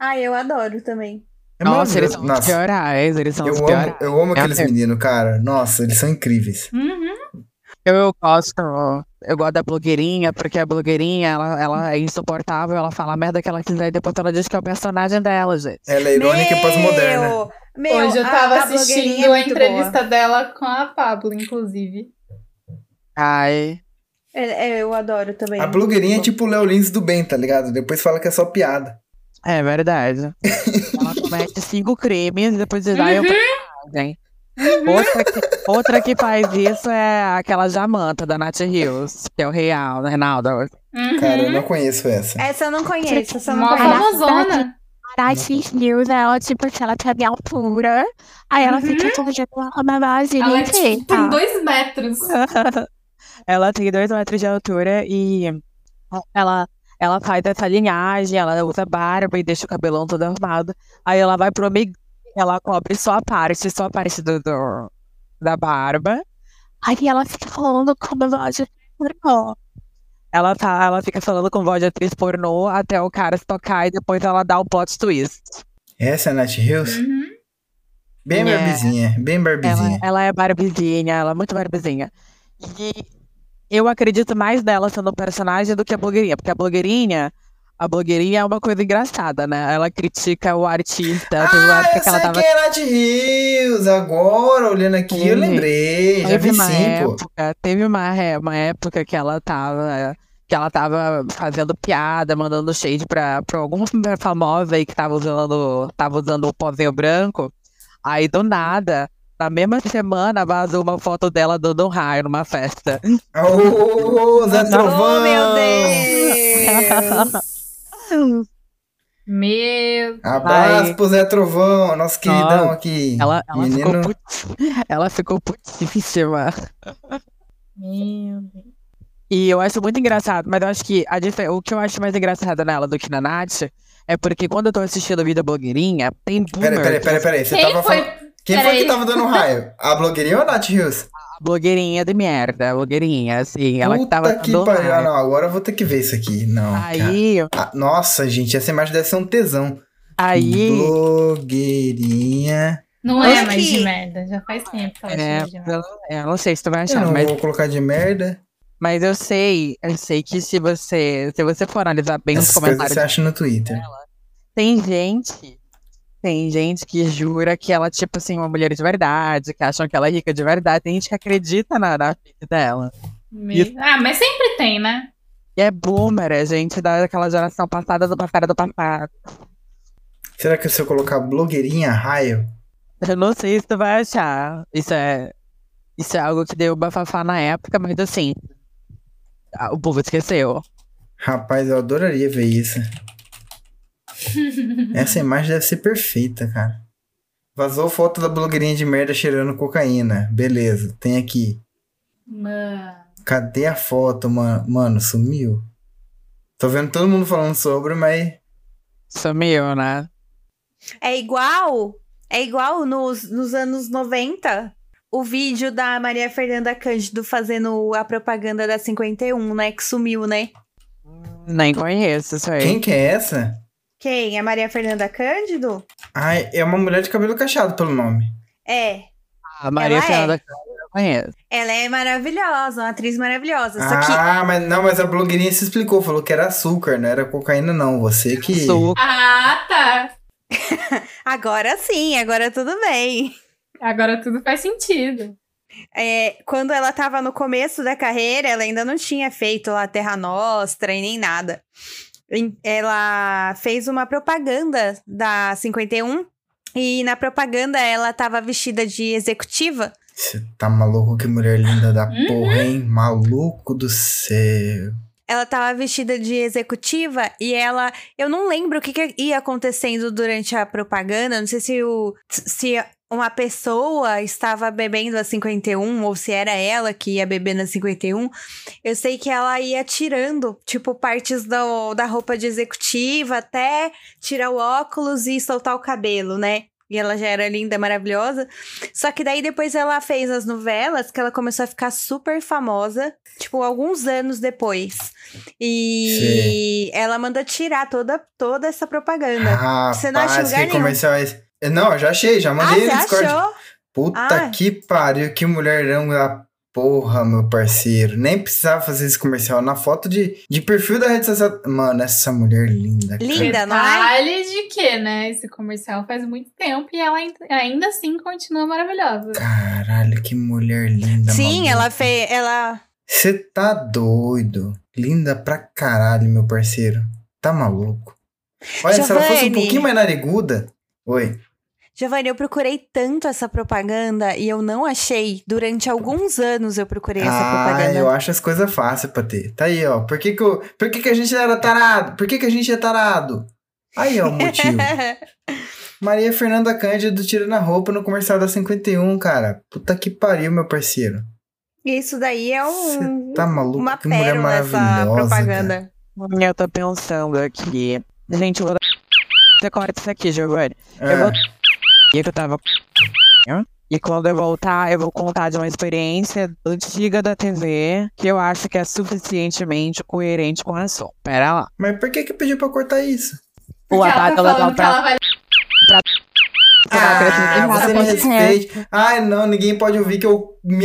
Ah, eu adoro também. É Nossa, eles maravilhoso. são os Nossa. piorais, eles são Eu os amo, piorais. eu amo aqueles Então, É. meninos, cara. Nossa, eles são incríveis. Uhum. Eu, eu gosto, eu gosto da blogueirinha, porque a blogueirinha, ela, ela é insuportável, ela fala a merda que ela quiser e depois ela diz que é o personagem dela, gente. Ela é irônica e pós-moderna. Meu, meu, Hoje eu a- tava a blogueirinha assistindo é a muito entrevista boa. dela com a Pablo, inclusive. Ai, É, é, eu adoro também. A blogueirinha é tipo o Léo Lins do bem, tá ligado? Depois fala que é só piada. É verdade. Ela comete cinco crimes e depois diz, ah, eu Uhum. personagem. Outra que, outra que faz isso é aquela Jamanta da Nath Rios, que é o real, né, Reinaldo. Hum. Cara, eu não conheço essa. Essa eu não conheço, essa eu não Mó conheço. famosona. Nath News, ela, tipo, que ela tá minha altura. Aí ela fica Uhum. correndo uma base. né? Ela é, tipo, tem tá. dois metros. ela tem dois metros de altura e ela, ela faz essa linhagem, ela usa barba e deixa o cabelão todo arrumado. Aí ela vai pro amigo, ela cobre só a parte, só a parte do, do- da barba. Aí ela fica falando como ela de pornô. Ela, tá, ela fica falando com voz de atriz pornô até o cara se tocar e depois ela dá o plot twist. Essa é a Nath Hills? Uhum. Bem É. barbizinha, bem barbizinha. Ela, ela é barbizinha, ela é muito barbizinha. E eu acredito mais nela sendo um personagem do que a blogueirinha, porque a blogueirinha, a blogueirinha é uma coisa engraçada, né? Ela critica o artista, teve uma época Ah, Eu que ela sei tava. quem é Nath Hills agora, olhando aqui, eu Teve- lembrei. Já teve vi uma cinco. Época, teve uma, é, uma época que ela tava. Que ela tava fazendo piada, mandando shade pra, pra alguma famosa aí que tava usando, tava usando o pozinho branco. Aí do nada, na mesma semana, vazou uma foto dela dando um raio numa festa. Ah, Ô, Zé Oh, Trovão! Deus! Meu Abraço Ai. pro Zé Trovão, nosso queridão Ó, aqui. Ela, ela ficou Menino- put... ela ficou putíssima. Meu Deus. E eu acho muito engraçado, mas eu acho que a dife- o que eu acho mais engraçado nela do que na Nath é porque quando eu tô assistindo o vídeo da blogueirinha, tem boomer. Peraí, peraí, peraí, peraí. Você tava falando. Quem foi que tava dando um raio? A blogueirinha ou a Nath Hills? A blogueirinha de merda, a blogueirinha, assim, ela que Puta tava que dando pariu. Ah, raio. não, agora eu vou ter que ver isso aqui. Não. Aí. Ah, nossa, gente, essa imagem deve ser um tesão. Aí. Blogueirinha. Não Olha é mais aqui. de merda, já faz tempo que ela É, é. de merda. eu, eu não sei se tu vai achar, Eu não mas. vou colocar de merda. Mas eu sei, eu sei que se você, se você for analisar bem os Essas coisas comentários você acha no Twitter. Tem gente, tem gente que jura que ela é, tipo assim, uma mulher de verdade, que acham que ela é rica de verdade. Tem gente que acredita na, na vida dela. Meu- Ah, mas sempre tem, né? E é boomer, é gente daquela geração passada do passado do passado. Será que se eu colocar blogueirinha raio? Eu não sei se tu vai achar. Isso é, isso é algo que deu bafafá na época, mas assim, ah, o povo esqueceu. Rapaz, eu adoraria ver isso. Essa imagem deve ser perfeita, cara. Vazou foto da blogueirinha de merda cheirando cocaína. Beleza, tem aqui. Mano. Cadê a foto, mano? Mano, sumiu. Tô vendo todo mundo falando sobre, mas. Sumiu, né? É igual, é igual nos, nos anos 90, o vídeo da Maria Fernanda Cândido fazendo a propaganda da 51, né? Que sumiu, né? Nem conheço isso aí. Quem que é essa? Quem? É Maria Fernanda Cândido? Ai, é uma mulher de cabelo cacheado pelo nome. É. A Maria Ela é. Fernanda Cândido eu conheço. Ela é maravilhosa, uma atriz maravilhosa. Só que Ah, mas não, mas a blogueirinha se explicou, falou que era açúcar, não era cocaína, não. Você que. Ah, tá. agora sim, agora tudo bem. Agora tudo faz sentido. É, quando ela tava no começo da carreira, ela ainda não tinha feito lá Terra Nostra e nem nada. Em- Ela fez uma propaganda da 51 e na propaganda ela tava vestida de executiva. Você tá maluco, que mulher linda da Uhum. porra, hein? Maluco do céu. Ela tava vestida de executiva e ela. Eu não lembro o que, que ia acontecendo durante a propaganda. Não sei se, o, se uma pessoa estava bebendo a 51 ou se era ela que ia beber na 51. Eu sei que ela ia tirando, tipo, partes do, da roupa de executiva até tirar o óculos e soltar o cabelo, né? E ela já era linda, maravilhosa. Só que daí depois ela fez as novelas, que ela começou a ficar super famosa, tipo, alguns anos depois. E ela manda tirar toda, toda essa propaganda. Rapaz, Você não acha em lugar que nenhum. comerciais. Não, eu já achei, já Ah, mandei você no Discord. achou? Puta Ah. que pariu, que mulherão da porra, meu parceiro. Nem precisava fazer esse comercial. Na foto de, de perfil da rede social. Mano, essa mulher linda. cara. Linda, não é? Detalhe de que, né? Esse comercial faz muito tempo e ela ainda- ainda assim continua maravilhosa. Caralho, que mulher linda. Sim, maluco. ela fez. Ela. Você tá doido. Linda pra caralho, meu parceiro. Tá maluco. Olha, se ela fosse um Giovanni. pouquinho mais nariguda. Oi. Giovanni, eu procurei tanto essa propaganda e eu não achei. Durante alguns anos eu procurei essa Ah, propaganda. eu acho as coisas fáceis pra ter. Tá aí, ó. Por que que, eu- por que que a gente era tarado? Por que que a gente é tarado? Aí, ó, o motivo. Maria Fernanda Cândido tirando a roupa no comercial da 51, cara. Puta que pariu, meu parceiro. Isso daí é um. Tá maluco? Uma que mulher pérola essa maravilhosa. propaganda. Eu tô pensando aqui. Gente, eu vou. Você corta isso aqui, Giovanni. É. Eu vou. E que eu tava. E quando eu voltar, eu vou contar de uma experiência antiga da TV que eu acho que é suficientemente coerente com a sua. Pera lá. Mas por que que pediu pra cortar isso? O tá tá aparato legal pra. pra... Ah, pra- você me né? respeite. Ai, não, ninguém pode ouvir que eu me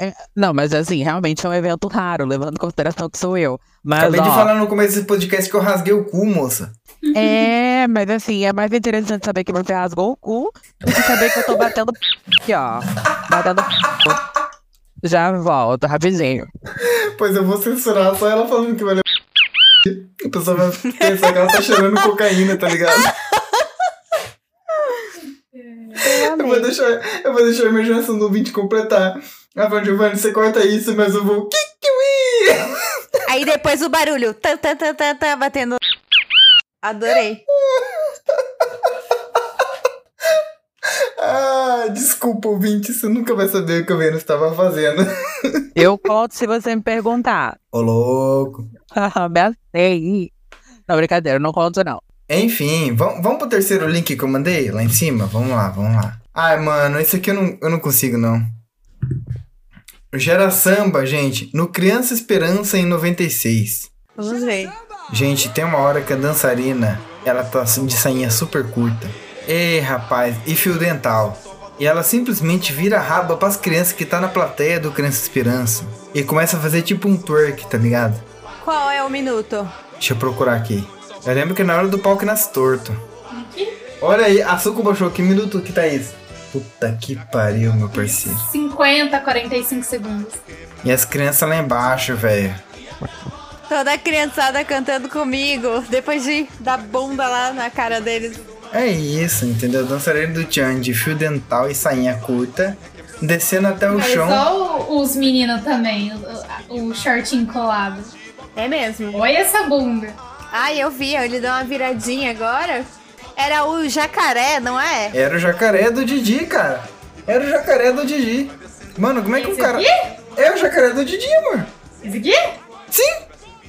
É, Não, mas assim, realmente é um evento raro, levando em consideração que sou eu. Mas, Acabei de ó, falar no começo desse podcast que eu rasguei o cu, moça. É, mas assim, é mais interessante saber que você rasgou o cu do que saber que eu tô batendo aqui, ó. Batendo. Já volto, rapidinho. Pois eu vou censurar só ela falando que valeu. A pessoa vai pensar que ela tá cheirando cocaína, tá ligado? Eu vou deixar, eu vou deixar a imaginação do ouvinte completar. Ela falou, Giovanni, você corta isso, mas eu vou. Aí depois o barulho. Tá, tá, tá, tá, tá, batendo. Adorei. Ah, desculpa, ouvinte, você nunca vai saber o que o Vênus tava fazendo. Eu conto se você me perguntar. Ô, louco. Me aceite. Não, brincadeira, eu não conto, não. Enfim, vamos vamo pro terceiro link que eu mandei lá em cima? Vamos lá, vamos lá. Ai, mano, esse aqui eu não, eu não consigo, não. Gera samba, gente, no Criança Esperança em 96. Vamos ver. Gente, tem uma hora que a dançarina, ela tá assim de sainha super curta. Ei, rapaz, e fio dental. E ela simplesmente vira a raba pras crianças que tá na plateia do Criança Esperança. E começa a fazer tipo um twerk, tá ligado? Qual é o minuto? Deixa eu procurar aqui. Eu lembro que na hora do pau que nasce torto. Olha aí, a Sucuba Show, que minuto que tá isso? Puta que pariu, meu parceiro. 50, 45 segundos. E as crianças lá embaixo, velho. Toda a criançada cantando comigo. Depois de dar bunda lá na cara deles. É isso, entendeu? Dançarina do Chan de fio dental e sainha curta, descendo até o Mas chão. só o- os meninos também, o, o shortinho colado. É mesmo. Olha essa bunda. Ai, eu vi. ó, Ele deu uma viradinha agora. Era o jacaré, não é? Era o jacaré do Didi, cara. Era o jacaré do Didi. Mano, como é que o Esse cara. aqui? É o jacaré do Didi, amor. Esse aqui? Sim!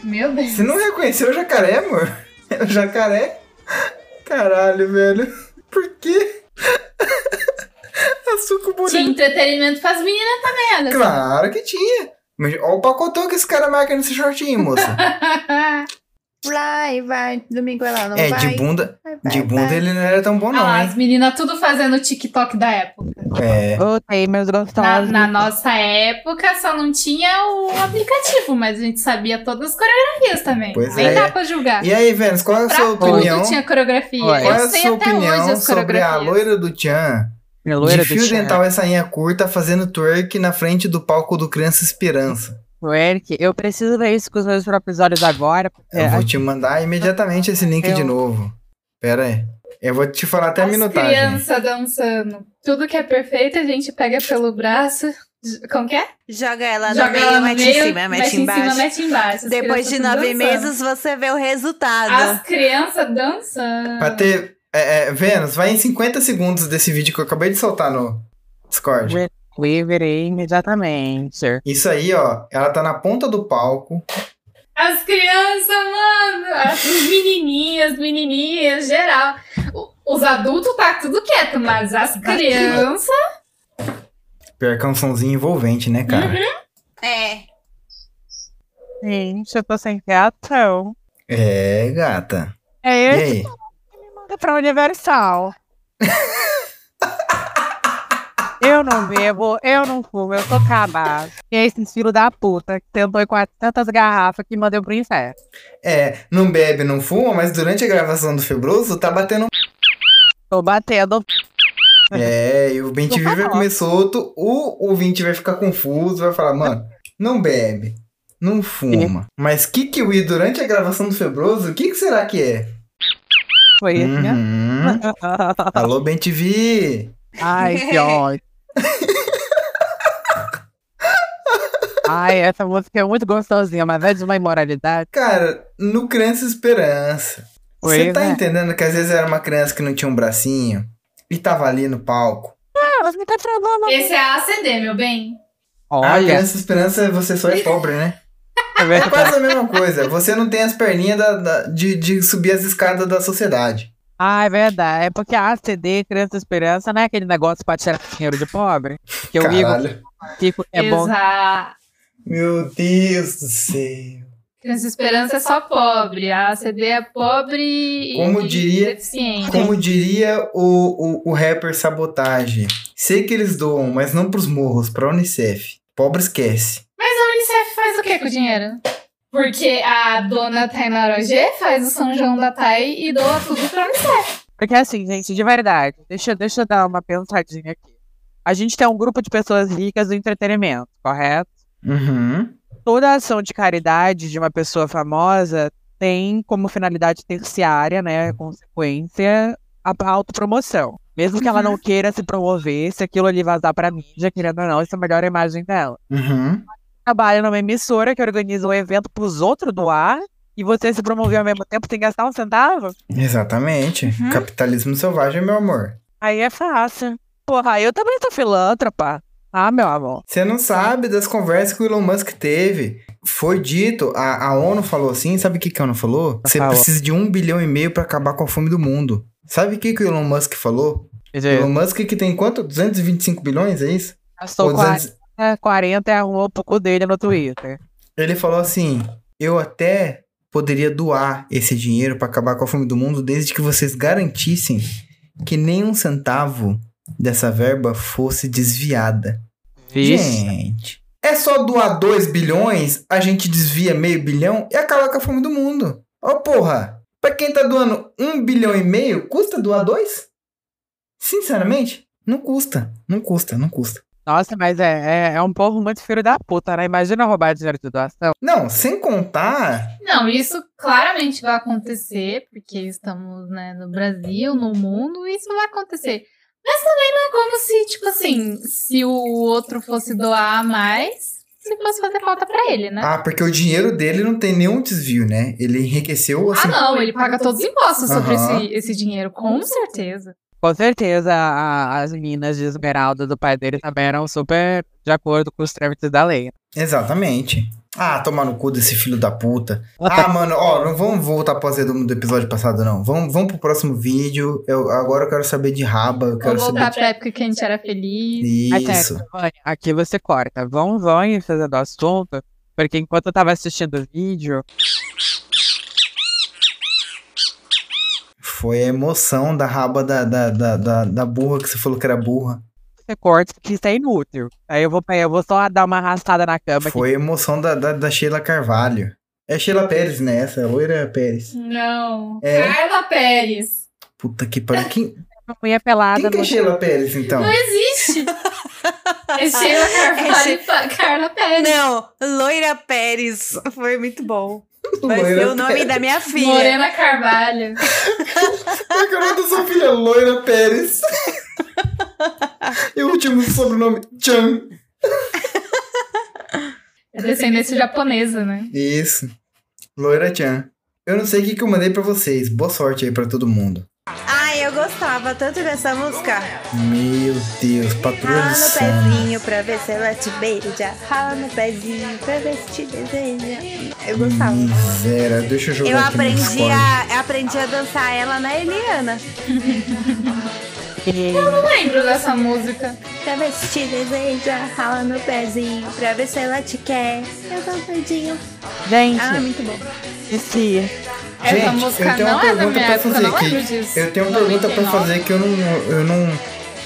Meu Deus. Você não reconheceu o jacaré, amor? É o jacaré? Caralho, velho. Açúcar bonito. Tinha assim. entretenimento pras meninas também, olha. só. Claro que tinha. Mas olha o pacotão que esse cara marca nesse shortinho, moça. Vai, vai. Domingo ela não é, vai. de bunda. de bunda ele não era tão bom, Olha não, lá, hein? as meninas tudo fazendo o TikTok da época. É. Voltei, meus Na, gostosos. na nossa época só não tinha o aplicativo, mas a gente sabia todas as coreografias também. Pois Nem é. dá pra julgar. E aí, Vênus, qual é a Pra sua tudo opinião? tinha coreografia. Qual é Eu a sei sua até hoje opinião as sobre a coreografias. loira do Tchan? loira de do fio Tchan. dental e sainha curta fazendo twerk na frente do palco do Criança Esperança. Eric, eu preciso ver isso com os meus próprios olhos agora. Porque É, Eu vou te mandar imediatamente esse link tá Eu- de novo. Pera aí. Eu vou te falar até a minutagem. Criança dançando. Tudo que é perfeito a gente pega pelo braço. j- Como que é? Joga ela no Joga meio, ela no mete meio, em cima, mete, mete em cima, embaixo. mete embaixo. As Depois de crianças nove dançando. meses você vê o resultado. As crianças dançando. Pra ter. É, é, Vênus, vai em 50 segundos desse vídeo que eu acabei de soltar no Discord. Eu virei imediatamente. Isso aí, ó. Ela tá na ponta do palco. As crianças, mano. As menininhas, menininhas, geral. O- Os adultos tá tudo quieto, mas as crianças. Pior que é um sonzinho envolvente, né, cara? Uhum. É. Gente, eu tô sem reação. É, gata. É E esse aí? manda pra Universal. eu não bebo, eu não fumo, eu sou cabaz. E é esse filho da puta que tentou com tantas garrafas que mandou pro inferno. É, não bebe, não fuma, mas durante a gravação do Febroso tá batendo. Tô batendo. É, e o 20 vai comer solto, o ouvinte vai ficar confuso, vai falar, mano, não bebe, não É. fuma, mas Kikiwi durante a gravação do Febroso, o que, que será que é? Foi ele, né? Uhum. Alô, Ben TV! Ai, que ótimo. Ai, essa música é muito gostosinha, mas é de uma imoralidade. Cara, no Criança Esperança. Pois Você tá é. entendendo que às vezes era uma criança que não tinha um bracinho e tava ali no palco? Ah, você tá travando. Esse é a ACD, meu bem. Ah, Criança Esperança, você só é pobre, né? É verdade. quase a mesma coisa. Você não tem as perninhas da- da- de, de subir as escadas da sociedade. Ah, é verdade. É porque a ACD, Criança Esperança, não é aquele negócio pra tirar dinheiro de pobre? Que eu Caralho. digo, Kiko é bom. Exato. Meu Deus do céu. Criança Esperança é só pobre. A ACD é pobre e- Como diria- e deficiente. Então, Como diria o, o, o rapper Sabotage, sei que eles doam, mas não pros morros, pra Unicef. Pobre esquece. Mas a Unicef faz o que com o dinheiro? Porque a dona Tainara G faz o São João da Tai e doa tudo pra Unicef. Porque assim, gente, de verdade, deixa, deixa eu dar uma pensadinha aqui. A gente tem um grupo de pessoas ricas do entretenimento, correto? Uhum. Toda ação de caridade de uma pessoa famosa tem como finalidade terciária, né, consequência, a autopromoção. Mesmo que ela não queira se promover, se aquilo ali vazar pra mídia, querendo ou não, isso melhora a imagem dela. Uhum. Trabalha numa emissora que organiza um evento pros outros doar e você se promover ao mesmo tempo sem gastar um centavo? Exatamente. Capitalismo selvagem, meu amor. Aí é fácil. Porra, eu também sou filântropa. Ah, meu amor. Você não sabe das conversas que o Elon Musk teve. Foi dito, a, a ONU falou assim, sabe o que, que a ONU falou? Você Falou. precisa de um bilhão e meio pra acabar com a fome do mundo. Sabe o que, que o Elon Musk falou? Elon Musk que tem quanto? 225 bilhões, é isso? Gastou Ou 200 40, 40 e arrumou um pouco dele no Twitter. Ele falou assim, eu até poderia doar esse dinheiro pra acabar com a fome do mundo desde que vocês garantissem que nenhum centavo dessa verba fosse desviada. Gente, é só doar 2 bilhões, a gente desvia meio bilhão e acaba com a fome do mundo. Ó, porra! Pra quem tá doando 1 um bilhão e meio, custa doar dois? Sinceramente, não custa. Não custa, não custa. Nossa, mas é, é, é um povo muito filho da puta, né? Imagina roubar dinheiro de doação. Não, sem contar. Não, isso claramente vai acontecer, porque estamos né, no Brasil, no mundo, e isso vai acontecer. Mas também não é como se, tipo assim, se o outro fosse doar mais, se fosse fazer falta pra ele, né? Ah, porque o dinheiro dele não tem nenhum desvio, né? Ele enriqueceu assim. Ah, não, ele paga todos os impostos sobre Aham. esse, esse dinheiro, com certeza. Com certeza, a- as meninas de esmeralda do pai dele também eram super de acordo com os trâmites da lei. Exatamente. Ah, tomar no cu desse filho da puta. Ah, mano, ó, não vamos voltar pro azedume do episódio passado, não. Vamos, vamos pro próximo vídeo. Eu, agora eu quero saber de raba, eu quero Vou saber voltar de... pra época que a gente era feliz. Isso. Vânia, Aqui você corta. Vão, vão e fazer do assunto, porque enquanto eu tava assistindo o vídeo, Foi a emoção da raba da, da, da, da, da burra que você falou que era burra. você corta porque isso é inútil. Aí eu vou, eu vou só dar uma arrastada na cama. aqui. Foi a emoção da, da, da Sheila Carvalho. É Sheila Pérez, né? Essa loira Pérez. Não. É. Carla Pérez. Puta que pariu. Quem, Uma mulher pelada. quem que é no- Sheila Pérez, então? Não existe. é Sheila Carvalho É e Pa- Carla Pérez. Não, Loira Pérez. Foi muito bom. Vai Loira ser o nome Pérez. da minha filha. Morena Carvalho. Como é que é o nome da sua filha? Loira Pérez. e o último sobrenome, Chan. É descendência japonesa, né? Isso. Loira Chan. Eu não sei o que, que eu mandei pra vocês. Boa sorte aí pra todo mundo. Ai, eu gostava tanto dessa música. Meu Deus, Ah, patrulha Rala do no samba. pezinho pra ver se ela te beija. Rala no pezinho pra ver se te deseja. Eu gostava. Hum. Miséria, Hum, deixa eu jogar Eu é aqui no aprendi Discord. a, aprendi a dançar ela na Eliana. Eu não lembro dessa música. pra ver se te deseja, rala no pezinho, pra ver se ela te quer. É um Eu tô doidinho. Gente, Ah, muito bom. esse- Essa música eu tenho não uma é da pergunta minha pra época, fazer eu não lembro aqui. disso. Eu tenho uma pergunta pra 99. fazer que eu não, eu não, eu não,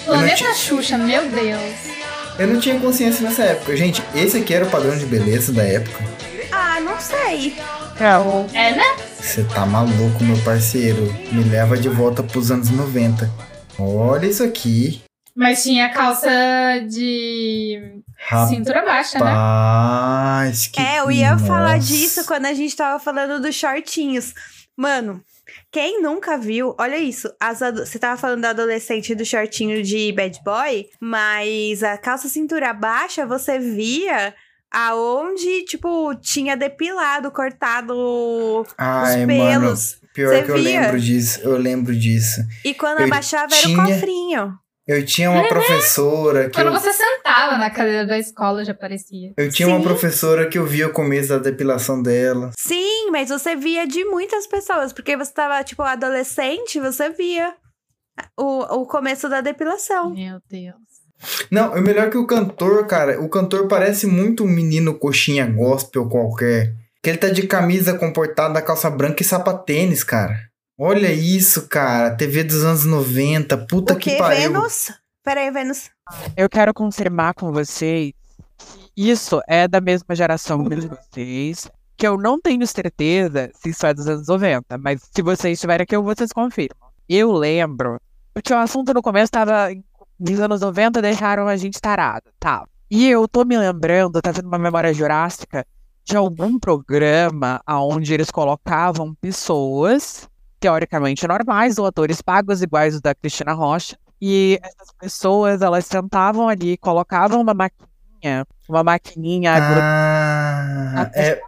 Planeta ti- Xuxa, meu Deus. eu não tinha consciência nessa época. Gente, esse aqui era o padrão de beleza da época. Ah, não sei. É, né? Você tá maluco, meu parceiro. Me leva de volta pros anos 90. Olha isso aqui. Mas tinha calça de Cintura baixa, né? Rapaz, que... É, eu ia falar Nossa. disso quando a gente tava falando dos shortinhos. Mano, quem nunca viu, olha isso. as ado- Você tava falando da adolescente do shortinho de bad boy, mas a calça cintura baixa você via aonde, tipo, tinha depilado, cortado Ai, os mano, pelos. pior Você que eu via? lembro disso, eu lembro disso. E quando Eu abaixava tinha- era o cofrinho. Eu tinha É, né? uma professora que Quando eu, você sentava na cadeira da escola, já parecia. eu tinha uma professora que eu via o começo da depilação dela. Sim, mas você via de muitas pessoas, porque você tava, tipo, adolescente, você via o, o começo da depilação. Meu Deus. Não, é melhor que o cantor, cara. O cantor parece muito um menino coxinha gospel qualquer. Que ele tá de camisa comportada, calça branca e sapatênis, cara. Olha isso, cara. TV dos anos 90. Puta O que, que, pariu. Vênus? Peraí, Vênus. Eu quero confirmar com vocês que isso é da mesma geração de vocês, que eu não tenho certeza se isso é dos anos 90, mas se vocês estiverem aqui, vocês confirmam. Eu lembro, porque o assunto no começo tava nos anos 90 deixaram a gente tarado, tá? E eu tô me lembrando, tá vendo uma memória jurássica, de algum programa onde eles colocavam pessoas teoricamente normais ou atores pagos iguais os da Cristina Rocha. E essas pessoas, elas sentavam ali, colocavam uma maquininha, uma maquininha ah, é...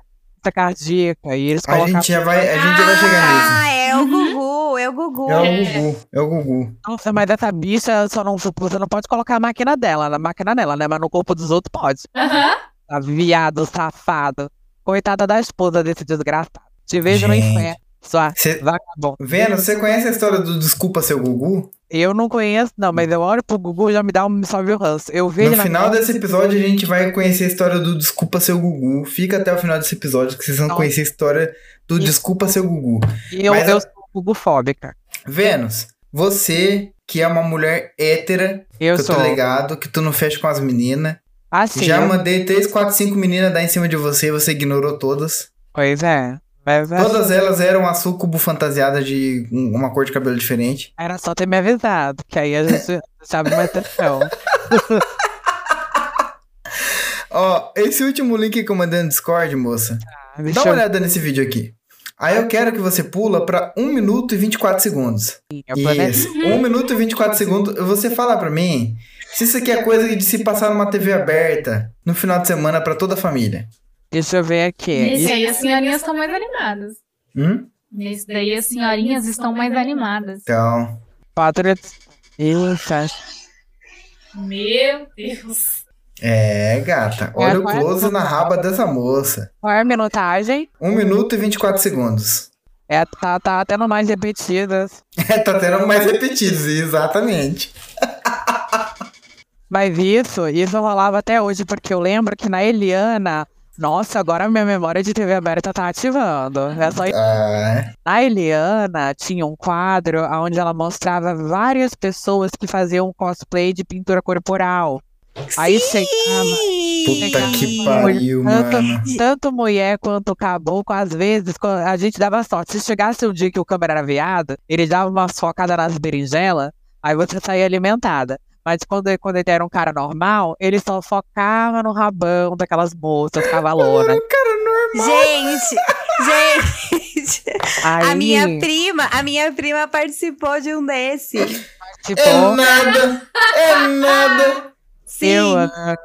cardíaca, e eles A colocavam... gente já vai, a gente já vai chegar nisso. Ah, é o Gugu, é o Gugu. É o Gugu, é o Gugu. Nossa, mas essa bicha, só não, você não pode colocar a máquina dela, na máquina dela, né? Mas no corpo dos outros pode. Tá viado, safado. Coitada da esposa desse desgraçado. Te vejo no Gente. inferno, sua vagabunda. Vênus, você conhece a história do Desculpa Seu Gugu? Eu não conheço, não, mas eu olho pro Gugu e já me dá um me sobe o ranço. Eu vejo No na final cara desse desse episódio, a gente vai conhecer a história do Desculpa Seu Gugu. Fica até o final desse episódio que vocês vão Nossa. conhecer a história do Desculpa Seu Gugu. E eu, Mas eu a- sou gugufóbica. Vênus, você que é uma mulher hétera, Eu que eu sou. tô ligado, que tu não fecha com as meninas. Assim, Já eu- mandei 3, 4, 5 meninas dar em cima de você, você ignorou todas. Pois é. Mas, mas- Todas elas eram a sucubo fantasiada de um- uma cor de cabelo diferente. Era só ter me avisado, que aí a gente sabe uma atenção. Ó, esse último link que eu mandei no Discord, moça. deixa Dá uma eu- olhada nesse vídeo aqui. Aí eu quero que você pula pra 1 minuto e 24 segundos. planejei. Isso. 1 minuto e 24 segundos. Você fala pra mim se isso aqui é coisa de se passar numa TV aberta no final de semana pra toda a família. Deixa eu ver aqui. Nesse aí as senhorinhas estão mais animadas. Hum? Nesse daí as senhorinhas estão mais animadas. Então. Quatro. Eita. Meu Deus. É, gata. Olha o close na raba dessa moça. Qual é a minutagem? 1 minuto e 24 segundos. É, tá, tá tendo mais repetidas. É, tá tendo mais repetidos, exatamente. Mas isso, isso rolava até hoje, porque eu lembro que na Eliana. Nossa, agora a minha memória de TV aberta tá ativando. É só isso. Ah, Na Eliana tinha um quadro onde ela mostrava várias pessoas que faziam cosplay de pintura corporal. Aí chegava. Puta que pariu, Tanto, mano. tanto mulher quanto caboclo, às vezes, quando a gente dava sorte. Se chegasse um dia que o câmera era viado, ele dava uma focada nas berinjelas, aí você saía alimentada. Mas quando, ele- quando ele era um cara normal, ele só focava no rabão daquelas moças cavalonas. Gente, gente. Aí- A minha prima, a minha prima participou de um desse. Tipo, É nada, é nada. Sim, eu, ah,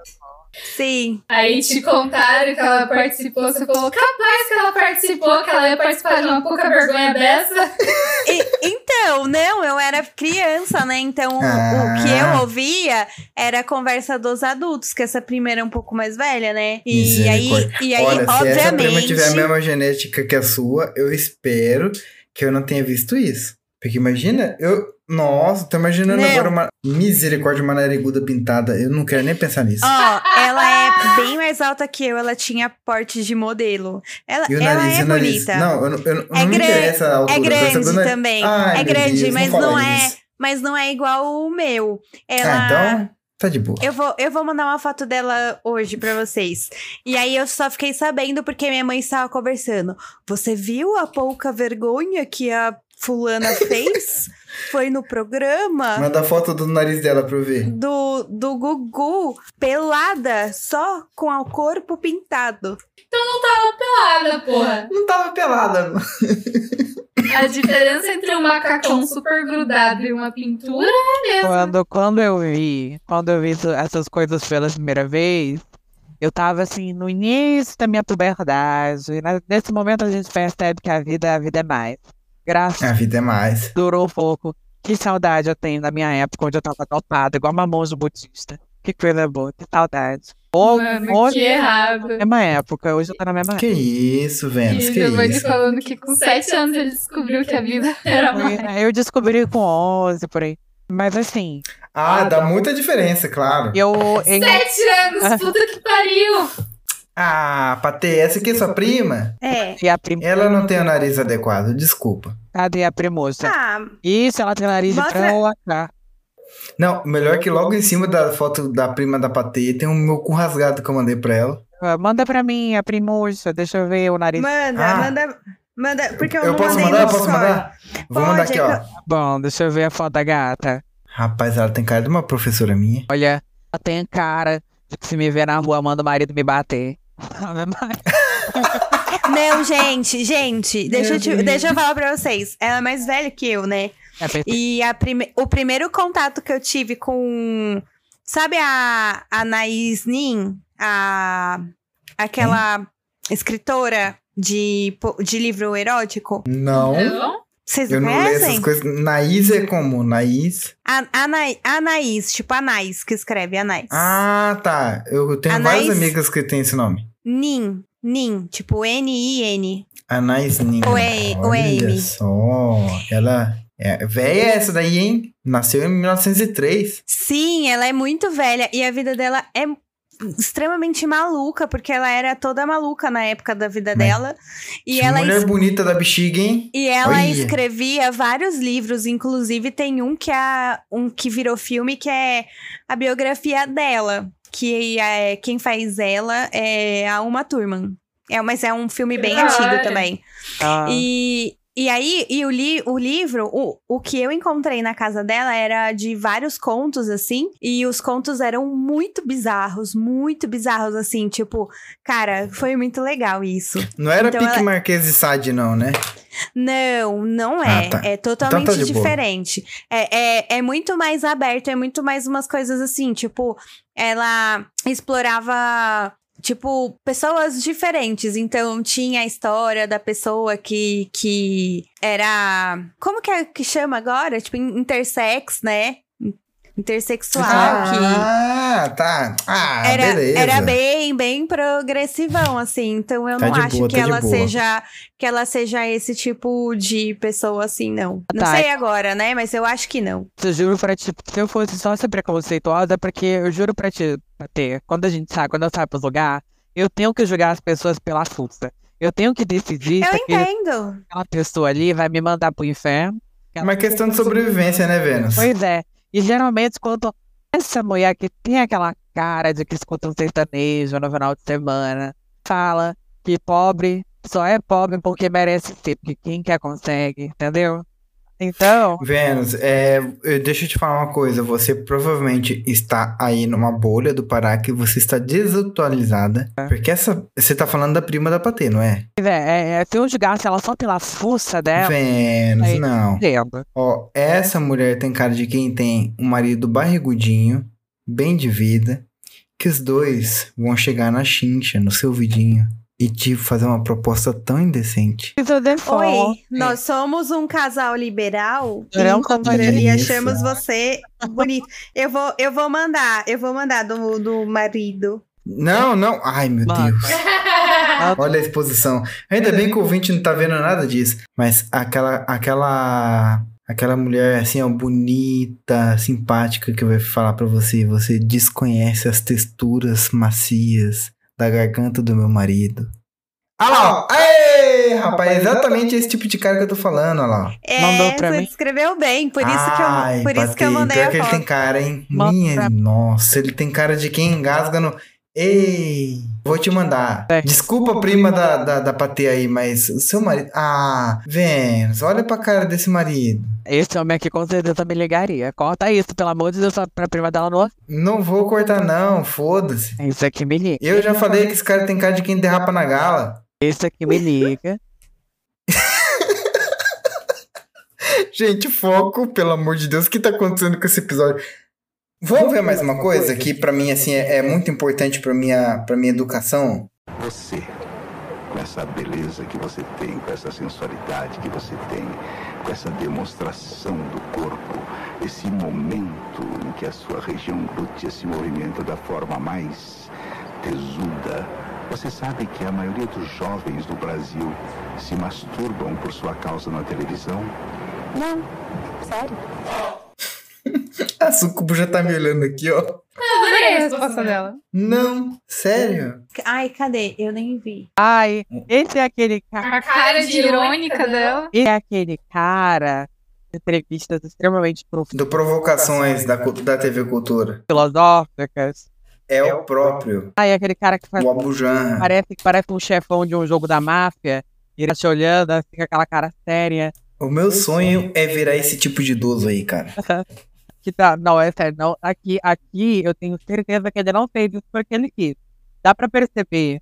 sim. Aí te contaram que ela participou, você falou, capaz que ela participou, que ela ia participar de uma pouca vergonha dessa. E- então, não, eu era criança, né? Então, o- o que Ah. eu ouvia era a conversa dos adultos, que essa primeira é um pouco mais velha, né? E aí, Misericórdia. e aí Olha, se essa prima obviamente. tiver a mesma genética que a sua, eu espero que eu não tenha visto isso. Porque imagina, eu. Nossa, tô imaginando Não. agora uma misericórdia, uma nariguda pintada. Eu não quero nem pensar nisso. Ó, ela é bem mais alta que eu, ela tinha porte de modelo. Ela, e o ela nariz, é e o nariz. bonita. Não, tá eu, não- eu, não é me interessa a altura. é eu quero saber grande o nariz. também. Ai, é meu grande, Deus, mas fala não, é, isso. mas não é igual o meu. Ela Ah, então, tá de boa. eu vou, eu vou mandar uma foto dela hoje pra vocês. E aí eu só fiquei sabendo porque minha mãe estava conversando. Você viu a pouca vergonha que a fulana fez? foi no programa. Manda a foto do nariz dela pra eu ver. Do, do Gugu pelada, só com o corpo pintado. Então não tava pelada, porra. Não tava pelada. A diferença entre um macacão super grudado e uma pintura é mesmo. Quando, quando eu vi, quando eu vi isso- essas coisas pela primeira vez, eu tava assim, no início da minha puberdade. Na- Nesse momento a gente percebe que a vida, a vida é mais. Graças A vida é mais. durou um pouco. Que saudade eu tenho da minha época onde eu tava topada, igual uma monja budista. Que coisa boa, que saudade. Ou- Mano, hoje que eu tô errado. na mesma época, hoje eu tô na mesma Que época. isso, Vênus, É, que Eu vou te isso. falando que com 7 anos ele descobriu que a vida era mais. né, Eu descobri com 11 por aí. Mas assim, Ah, dá muita diferença, claro. eu. em- Sete anos, puta que pariu! Ah, Patê, essa aqui é sua prima? É. E a prima. Ela não tem o nariz adequado, desculpa. Cadê a primoça? Ah, Isso, ela tem nariz tá? Mostra- pra lá cá. Não, melhor que logo em cima da foto da prima da Patê tem o meu cu rasgado que eu mandei pra ela. Ah, Manda pra mim a primoça, deixa eu ver o nariz. manda, Ah. manda, manda. Porque É eu, Eu não posso mandei mandar? no Eu posso story. mandar? Vou mandar Pode, aqui, é ó. que tá Bom, deixa eu ver a foto da gata. Rapaz, ela tem cara de uma professora minha. Olha, ela tem cara de que se me ver na rua, manda o marido me bater. Não, gente, gente, deixa eu, te- Deus. deixa eu falar pra vocês. Ela é mais velha que eu, né? É perfeito. E a prime- o primeiro contato que eu tive com. Sabe a, a Naís Nin? A, aquela escritora de, po- de livro erótico? Não. Vocês Eu não não leio conhecem? essas coisas. Naís é como? Naís? A, a, Nai- a Naís, tipo a Naís que escreve, a Naís. Ah, tá. Eu tenho Anaís- várias amigas que têm esse nome. Nin, Nin, tipo N-I-N. Anais Nina. Ou é- ou é Olha M. só. Ela é velha essa daí, hein? Nasceu em 1903. Sim, ela é muito velha e a vida dela é extremamente maluca, porque ela era toda maluca na época da vida dela. E Que ela, mulher es- bonita da bexiga, hein? e ela Olha. escrevia vários livros, inclusive tem um que é um que virou filme que é a biografia dela, que é quem faz ela é a Uma Thurman. É, mas é um filme bem Da antigo hora. também. Ah, E, e aí, e o, li, o livro, o, o que eu encontrei na casa dela era de vários contos, assim, e os contos eram muito bizarros, muito bizarros, assim, tipo, cara, foi muito legal isso. Não era Então pique ela- Marquês de Sade, não, né? Não, não é. Ah, tá. É Então totalmente tá de boa. diferente. É, é, é muito mais aberto, é muito mais umas coisas assim, tipo, ela explorava. Tipo, pessoas diferentes. Então, tinha a história da pessoa que, que era. Como que é que chama agora? Tipo, in- intersex, né? Intersexual. que Ah, tá. Ah, era, beleza. era bem, bem progressivão, assim. Então eu Tá não de acho boa, que tá de ela boa. seja que ela seja esse tipo de pessoa assim, não. Não Tá. sei agora, né? Mas eu acho que não. eu juro pra ti, se eu fosse só ser preconceituosa, porque eu juro pra ti, Patê, quando a gente sai, quando eu saio pros lugar, eu tenho que julgar as pessoas pela fuça. Eu tenho é que decidir Eu se aquele- entendo. aquela pessoa ali vai me mandar pro inferno. Uma questão de sobrevivência, né, Vênus? Pois é. E geralmente quando essa mulher que tem aquela cara de que escuta um sertanejo no final de semana, fala que pobre só é pobre porque merece ser, porque quem quer consegue, entendeu? Então, Vênus, é, eu- deixa eu te falar uma coisa. Você provavelmente está aí numa bolha do Pará que você está desatualizada. Porque essa, você tá falando da prima da Patê, não é? pois é, é, é, se eu julgasse ela só pela força dela, Vênus, É. aí, não. entendo. Ó, essa mulher tem cara de quem tem um marido barrigudinho, bem de vida, que os dois vão chegar na chincha, no seu vidinho, e te fazer uma proposta tão indecente. Isso eu default. Oi, nós somos um casal liberal e, Não, encontra- não é e isso. achamos você bonito. Eu vou, eu vou mandar, eu vou mandar do, do marido. Não, não. Ai, meu Deus. Olha a exposição. Ainda bem que o ouvinte não tá vendo nada disso. Mas aquela, aquela, aquela mulher assim, ó, bonita, simpática que vai falar pra você, você desconhece as texturas macias da garganta do meu marido. Ah lá, ó. Aê, rapaz, é exatamente esse tipo de cara que eu tô falando, olha lá. ó. É, você descreveu bem, por isso que eu, por isso que eu Patê, mandei pior a que ele foto. tem cara, hein? Minha, nossa, ele tem cara de quem engasga no. Ei, vou te mandar. Desculpa, prima da, da, da Patê aí, mas o seu marido. Ah, Vênus, olha pra cara desse marido. Esse homem aqui com certeza me ligaria. Corta isso, pelo amor de Deus, pra prima dela não. Não vou cortar, não, foda-se. Isso aqui me liga. Eu já falei que esse cara tem cara de quem derrapa na gala. Esse aqui me liga. Gente, foco, pelo amor de Deus, o que tá acontecendo com esse episódio? Vamos ver mais uma coisa que pra mim assim é, é muito importante pra minha para minha educação. Você, com essa beleza que você tem, com essa sensualidade que você tem, com essa demonstração do corpo, esse momento em que a sua região glútea se movimenta da forma mais tesuda, você sabe que a maioria dos jovens do Brasil se masturbam por sua causa na televisão? Não, sério. A Sucubo já tá me olhando aqui, ó. Eu adorei a resposta dela. Não, sério? Ai, cadê? Eu nem vi. Ai, esse é aquele cara. A cara de irônica dela. Esse é aquele cara. de Entrevistas extremamente profundas. Do Provocações da, cu- da TV Cultura. Filosóficas. É o próprio. Ai, é aquele cara que faz. O Abujan. Parece, parece um chefão de um jogo da máfia. E ele tá te olhando, assim, com aquela cara séria. O meu sonho é virar esse tipo de idoso aí, cara. que tá, não, é sério, não, aqui, aqui eu tenho certeza que ele não fez isso porque ele quis. Dá pra perceber,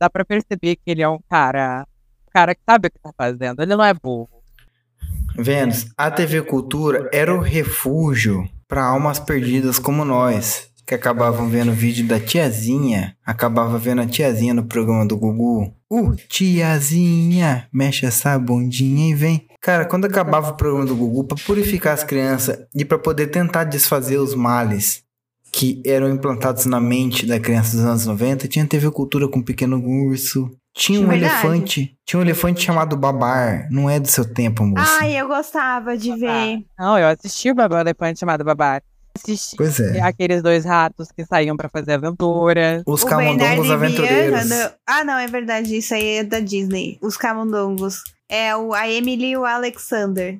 dá pra perceber que ele é um cara, um cara que sabe o que tá fazendo, ele não é burro. Vênus, a TV Cultura era o refúgio para almas perdidas como nós, que acabavam vendo vídeo da tiazinha, acabava vendo a tiazinha no programa do Gugu. Uh, tiazinha, mexe essa bundinha e vem. Cara, quando acabava o programa do Gugu, para purificar as crianças e para poder tentar desfazer os males que eram implantados na mente da criança dos anos 90, tinha TV Cultura com um pequeno urso, tinha um Verdade. elefante, tinha um elefante chamado Babar. Não é do seu tempo, moça. Ai, eu gostava Tá. de ver. Não, eu assisti o Babá Elefante chamado Babá. Assisti Pois é. aqueles dois ratos que saíam pra fazer aventura. Os O camundongos Bernardo e Bianca aventureiros. do- Ah, não, é verdade. Isso aí é da Disney. Os camundongos. É o, a Emily e o Alexander.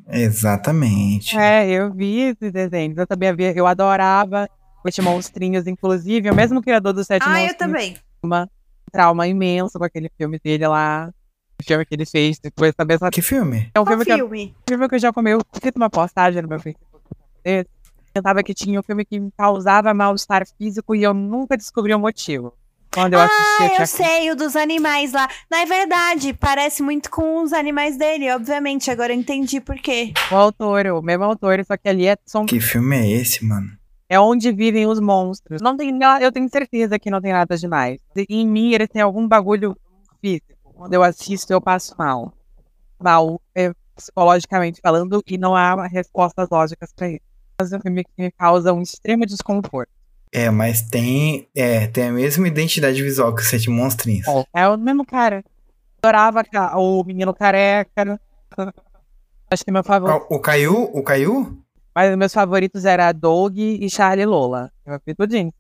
Exatamente. É, eu vi esses desenhos, eu também vi, eu adorava os monstrinhos, inclusive, o mesmo criador do Sete ah, Monstrinhos. eu também. uma trauma imenso com aquele filme dele lá. O filme que ele fez depois da mesma. Que filme? É um Qual filme, que eu- filme? um filme que eu já comei. Eu fiz uma postagem no meu Facebook. desse, Tentava que tinha um filme que me causava mal-estar físico e eu nunca descobri o motivo. Quando eu assisti, Ah, eu eu tinha- sei, o dos animais lá. Na é verdade, parece muito com os animais dele, obviamente. Agora eu entendi por quê. o autor, o mesmo autor, só que ali é, são- Que filme é esse, mano? é onde vivem os monstros. Não tem nada, eu tenho certeza que não tem nada demais. E Em mim, eles têm algum bagulho físico. Quando eu assisto, eu passo mal. Mal, é, psicologicamente falando, e não há respostas lógicas pra isso. Mas é um filme que me causa um extremo desconforto. É, mas tem, é, tem a mesma identidade visual que os Sete Monstrinhos. É o mesmo cara. Adorava ca- o menino careca. Acho que meu favorito. Ah, O Caiu? O Caiu? Mas meus favoritos eram Doug e Charlie Lola. Eu vi tudinho.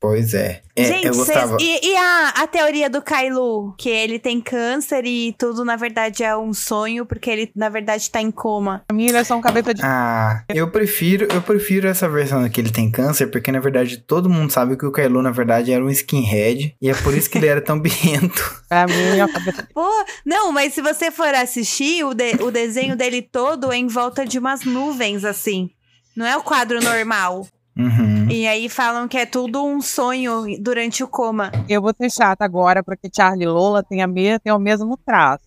Pois é. É, Gente, eu gostava. cês- e, e a, a teoria do Kailu? Que ele tem câncer e tudo, na verdade, é um sonho, porque ele, na verdade, tá em coma. Pra mim, eles são cabeça de. Ah, eu prefiro, eu prefiro essa versão que ele tem câncer, porque na verdade todo mundo sabe que o Kylo na verdade era um skinhead e é por isso que ele era tão birrento. Pra mim, é uma cabeça de. Pô, não, mas se você for assistir, o, de- o desenho dele todo é em volta de umas nuvens, assim. Não é o quadro normal. Uhum. E aí falam que é tudo um sonho durante o coma. Eu vou ser chata agora, porque Charlie e Lola tem, a me... tem o mesmo traço.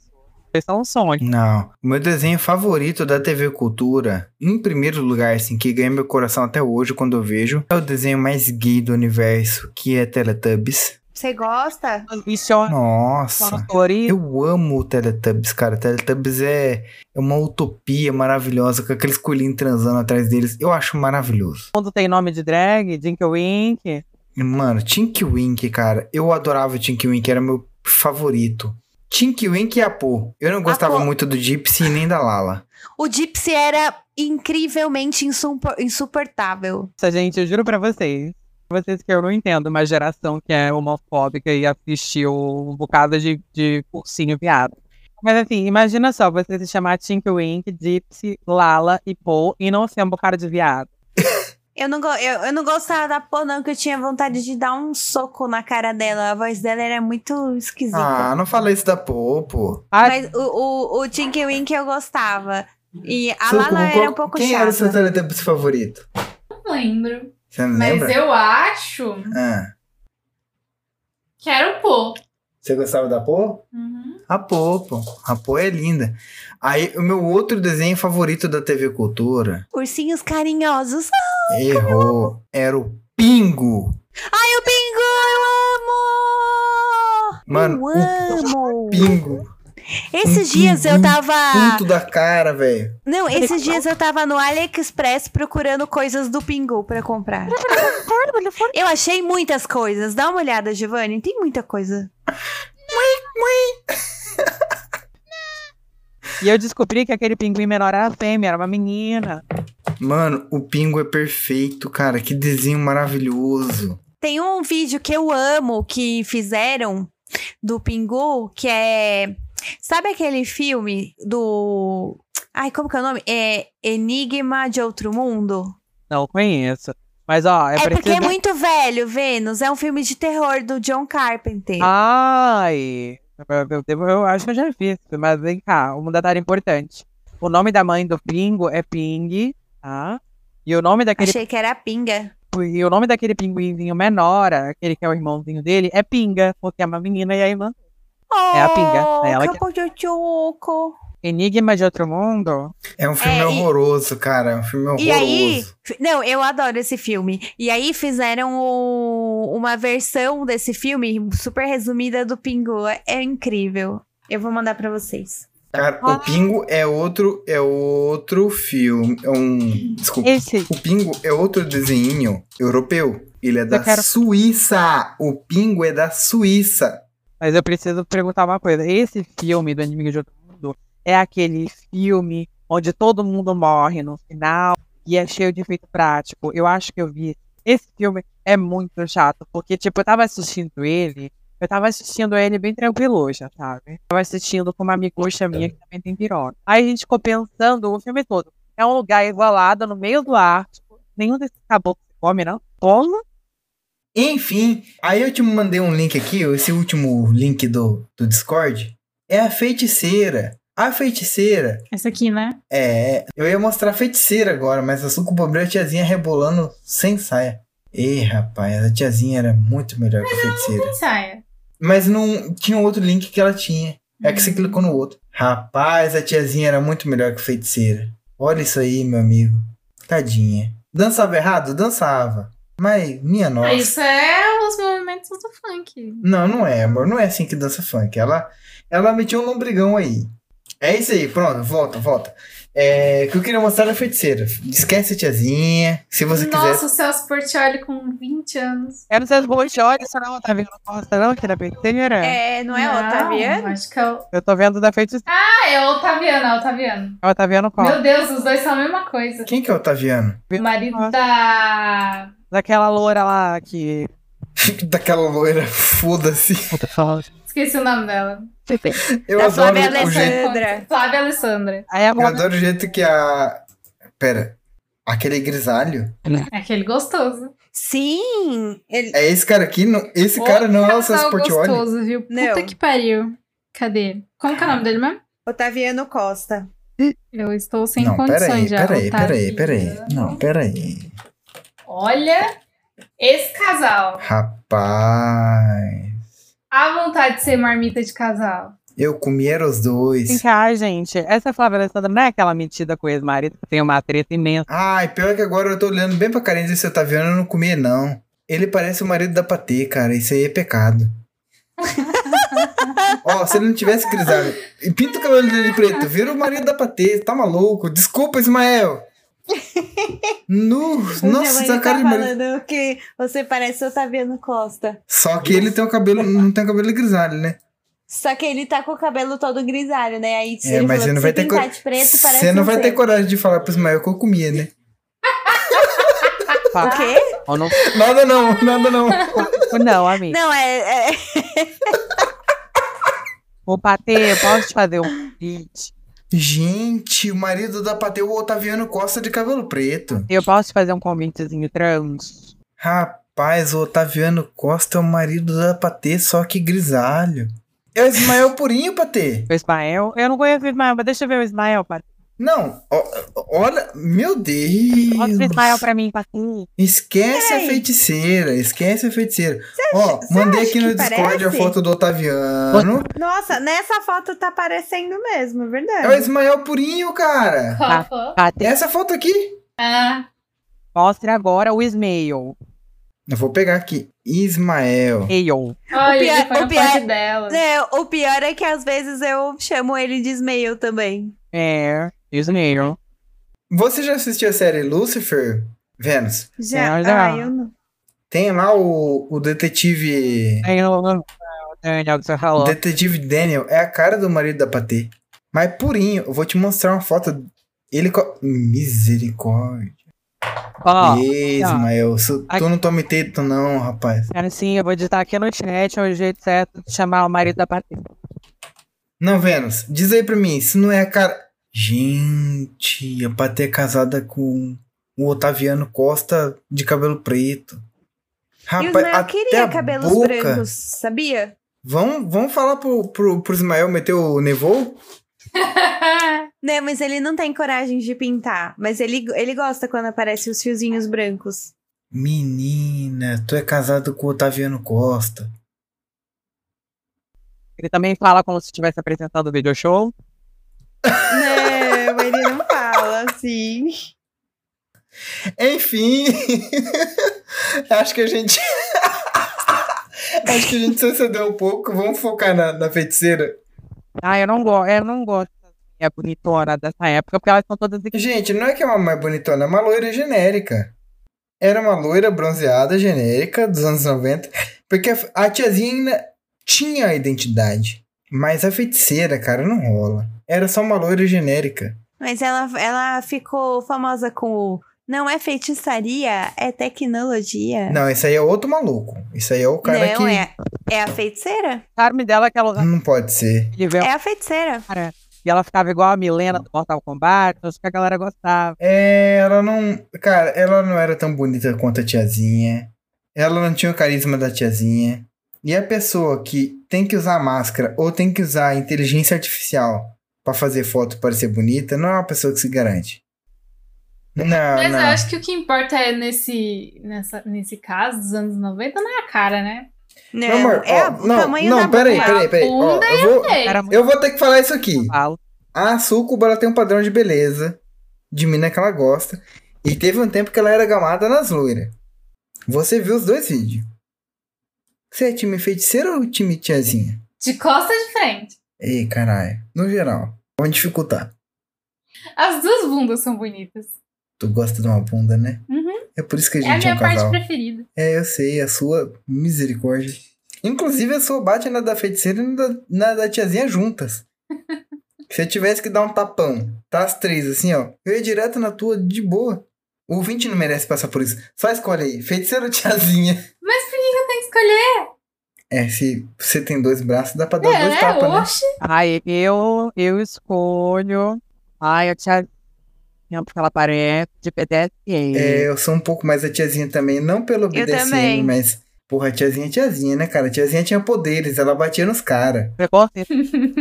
Eles são um Sonic. Não. O meu desenho favorito da TV Cultura, em primeiro lugar, assim, que ganha meu coração até hoje quando eu vejo, é o desenho mais gay do universo, que é Teletubbies. Você gosta? Isso é Nossa. Eu amo o Teletubbies, cara. Teletubbies é é uma utopia maravilhosa, com aqueles coelhinhos transando atrás deles. Eu acho maravilhoso. Todo mundo tem nome de drag, Dink Wink. Mano, Tinky Wink, cara. Eu adorava o Tinky Wink, era meu favorito. Tinky Wink e Apu. Eu não gostava Apu. muito do Gypsy e nem da Lala. O Gypsy era incrivelmente insupo- insuportável. Nossa, gente, eu juro pra vocês. pra Vocês que eu não entendo uma geração que é homofóbica e assistiu um bocado de, de cursinho viado. Mas assim, imagina só você se chamar Tinky Wink, Gypsy, Lala e Paul e não ser um bocado de viado. Eu não, go- eu, eu não gostava da Pô, não, que eu tinha vontade de dar um soco na cara dela. A voz dela era muito esquisita. Ah, não fala isso da Pô, pô. Mas o, o, o Tinky Wink eu gostava. E a Seu- Lala qual- era um pouco Quem chata. era o seu Teletubbies favorito? Não lembro. Você não Mas lembra? eu acho Ah, que era o Pô. você gostava da Pô? Uhum. A Pô, pô. A Pô é linda. Aí, o meu outro desenho favorito da TV Cultura... Ursinhos carinhosos. Errou. Era o Pingo. Ai, o Pingu, eu amo! Mano, eu amo! Pingo. Esses dias eu tava... Puto da cara, velho. Não, esses dias eu tava no AliExpress procurando coisas do Pingu pra comprar. Eu achei muitas coisas. Dá uma olhada, Giovanni. Tem muita coisa. E eu descobri que aquele pinguim menor era fêmea, era uma menina. Mano, o Pingo é perfeito, cara. Que desenho maravilhoso. Tem um vídeo que eu amo que fizeram do Pingu, que é. Sabe aquele filme do. Ai, como que é o nome? É Enigma de Outro Mundo? Não conheço. Mas, ó, é, É porque é preciso- muito velho, Vênus. É um filme de terror do John Carpenter. Ah, Ai, meu meu Deus, eu acho que eu já vi isso, mas vem cá, um detalhe importante. O nome da mãe do Pingo é Ping, tá? E o nome daquele Achei que era pinga. e o nome daquele pinguinzinho menor, aquele que é o irmãozinho dele, é Pinga, porque é uma menina e a irmã. É a Oh, Pinga, é ela que... Enigma de Outro Mundo. É um filme horroroso, cara. É um filme horroroso. E aí, fi- não, eu adoro esse filme. E aí fizeram o- uma versão desse filme super resumida do Pingu. É- É incrível. Eu vou mandar pra vocês. Cara, Ah. o Pingo é outro, é outro filme. É um. Desculpa. O Pingo é outro desenho europeu. Ele é da quero- Suíça. O Pingo é da Suíça. Mas eu preciso perguntar uma coisa. Esse filme do Inimigo de Outro Mundo é aquele filme onde todo mundo morre no final e é cheio de efeito prático. Eu acho que eu vi. Esse filme é muito chato, porque, tipo, eu tava assistindo ele, eu tava assistindo ele bem tranquiluxa, sabe? Eu tava assistindo com uma amiguxa minha que também tem piroca. Aí a gente ficou pensando o filme todo. É um lugar igualado, no meio do Ártico. Nenhum desses caboclos come, não? Como? Enfim, aí eu te mandei um link aqui, esse último link do, do Discord. É a feiticeira. A feiticeira. Essa aqui, né? É, eu ia mostrar a feiticeira agora, mas a suco cobriu a tiazinha rebolando sem saia. Ei, rapaz, a tiazinha era muito melhor que a feiticeira. Saia. Mas não tinha um outro link que ela tinha. É Hum. que você clicou no outro. Rapaz, a tiazinha era muito melhor que a feiticeira. Olha isso aí, meu amigo. Tadinha. Dançava errado? Dançava. Mas, minha nossa. Isso é os movimentos do funk. Não, não é, amor. Não é assim que dança funk. Ela, ela meteu um lombrigão aí. É isso aí, pronto. Volta, volta. É, o que eu queria mostrar era a feiticeira. Esquece a tiazinha. Se você Nossa, o quiser. Celso Portioli com 20 anos. Eu não sei se vou olhar, isso não tá vendo Costa, não, que era besteira. É, não é Otaviano? Acho que é o... Eu tô vendo da feiticeira. Ah, é o Otaviano, é o Otaviano. Ela tá vendo qual? Meu Deus, os dois são a mesma coisa. Quem que é o Otaviano? O marido tá- da... Daquela loura lá que. Daquela loira, foda-se. Esqueci o nome dela. Eu da adoro Flávia o jeito- Alessandra. Flávia Alessandra. Eu adoro o jeito que a. Pera. Aquele grisalho? É aquele gostoso. Sim! Ele... É esse cara aqui? Não, esse cara não é o Celso Casal Portioli? gostoso, viu? Puta Não. que pariu. Cadê? Como que é o nome dele mesmo? Otaviano Costa. Eu estou sem Não, peraí, condições peraí, já. peraí, Otávio. peraí. Não, peraí. Olha esse casal. Rapaz. A vontade de ser marmita de casal. Eu comi era os dois. assim, Vem cá, gente. Essa Flávia Alessandra não é aquela metida com o ex-marido que tem uma treta imensa. Ai, pior que agora eu tô olhando bem pra carinha desse Otaviano, tá eu não comia, não. Ele parece o marido da Patê, cara. Isso aí é pecado. Ó, se ele não tivesse grisalho, e pinta o cabelo dele de preto, vira o marido da Patê, tá maluco? Desculpa, Ismael. Nu, nossa, essa cara Giovanni tá de marido. falando que você parece Otaviano Costa. Só que ele tem o cabelo, não tem o cabelo grisalho, né? Só que ele tá com o cabelo todo grisalho, né? Aí se É, ele mas falou você que não vai ter pintar cor- de preto, parece Você não um vai ter preto. coragem de falar pro Ismael que eu comia, né? O quê? não... Nada não, nada não. não, amigo. Não, é... é- Ô, Patê, eu posso te fazer um convite? Gente, o marido da Pateu, o Otaviano Costa de cabelo preto. Eu posso fazer um convitezinho trans? Rapaz, o Otaviano Costa é o marido da Patê, só que grisalho. É o Ismael Purinho, Patê. O Ismael? Eu não conheço o Ismael, mas deixa eu ver o Ismael, Patê. Não, ó- olha, meu Deus. Mostra o Ismael pra mim, um Patê. Esquece a feiticeira, esquece a feiticeira. Ó, mandei aqui no que Discord a parece? foto do Otaviano. É Nossa, nessa foto tá aparecendo mesmo, é verdade. É o Ismael Purinho, cara. Qual? Essa foto aqui. Ah. Mostra agora o Ismael. Eu vou pegar aqui. Ismael. Eio. pior- Olha, ele foi na o pior- parte dela. É, o pior é que às vezes eu chamo ele de Ismael também. É, Ismael. Você já assistiu a série Lucifer? Vênus. Já. Ah, eu não. Tem lá o, o detetive. Daniel, que você falou. Detetive Daniel é a cara do marido da Patê. Mas purinho, eu vou te mostrar uma foto. Ele. Co... Misericórdia. Ó, Ê, ó. Ismael, su- tu não tome teto, não, rapaz. Cara, sim, eu vou editar aqui no chat é o jeito certo de chamar o marido da Patrícia. Não, Vênus, diz aí pra mim, isso não é a cara. Gente, a Patê é casada com o Otaviano Costa de cabelo preto. E o Rapaz, Ismael até a queria cabelos boca. brancos, sabia? Vamos, vamos falar pro, pro, pro Ismael meter o Nevou? Né, mas ele não tem coragem de pintar. Mas ele, ele gosta quando aparecem os fiozinhos brancos. Menina, tu é casado com o Otaviano Costa. Ele também fala como se estivesse apresentando o video show. Não, ele não fala assim. Enfim, acho que a gente. acho que a gente se excedeu um pouco. Vamos focar na, na feiticeira. Ah, eu não gosto, eu não gosto assim, é bonitona dessa época, porque elas são todas Gente, não é que é uma mais bonitona, é uma loira genérica. Era uma loira bronzeada genérica dos anos 90. Porque a- a tiazinha ainda tinha a identidade. Mas a feiticeira, cara, não rola. Era só uma loira genérica. Mas ela, ela ficou famosa com o. Não é feitiçaria, é tecnologia. Não, esse aí é outro maluco. Isso aí é o cara Não, que. é, é a feiticeira. O charme dela é que ela Não pode ser. É a feiticeira. E ela ficava igual a Milena do Mortal Kombat, acho que a galera gostava. É, ela não. Cara, ela não era tão bonita quanto a tiazinha. Ela não tinha o carisma da tiazinha. E a pessoa que tem que usar máscara ou tem que usar inteligência artificial pra fazer foto parecer bonita, não é uma pessoa que se garante. Não, Mas não. eu acho que o que importa é nesse, nessa, nesse caso dos anos 90 não é a cara, né? Não, é Meu amor, ó, não, não, peraí, peraí, peraí. A Ó, bunda é e a eu, vou, peito. eu vou ter que falar isso aqui. A Sucuba, ela tem um padrão de beleza, de mina que ela gosta, e teve um tempo que ela era gamada nas loiras. Você viu os dois vídeos. Você é time feiticeiro ou time tiazinha? De costas de frente. Ei, caralho. No geral, vamos dificultar. As duas bundas são bonitas. Tu gosta de uma bunda, né? Uhum. É por isso que a É a gente é, minha um parte casal. preferida. É, eu sei, a sua misericórdia. Inclusive, a sua bate na da feiticeira e na da, na da tiazinha juntas. Se eu tivesse que dar um tapão, tá as três assim, ó, eu ia direto na tua de boa. O ouvinte não merece passar por isso. Só escolhe aí, feiticeira ou tiazinha. Mas por que que eu tenho que escolher? É, se você tem dois braços, dá pra dar É, dois tapas, né? oxe. Ai, eu, eu escolho. Ai, eu tinha. Porque ela parece de PDSM. É, eu sou um pouco mais a tiazinha também, não pelo BDSM, também. mas... Porra, a tiazinha é tiazinha, né, cara? A tiazinha tinha poderes, ela batia nos caras.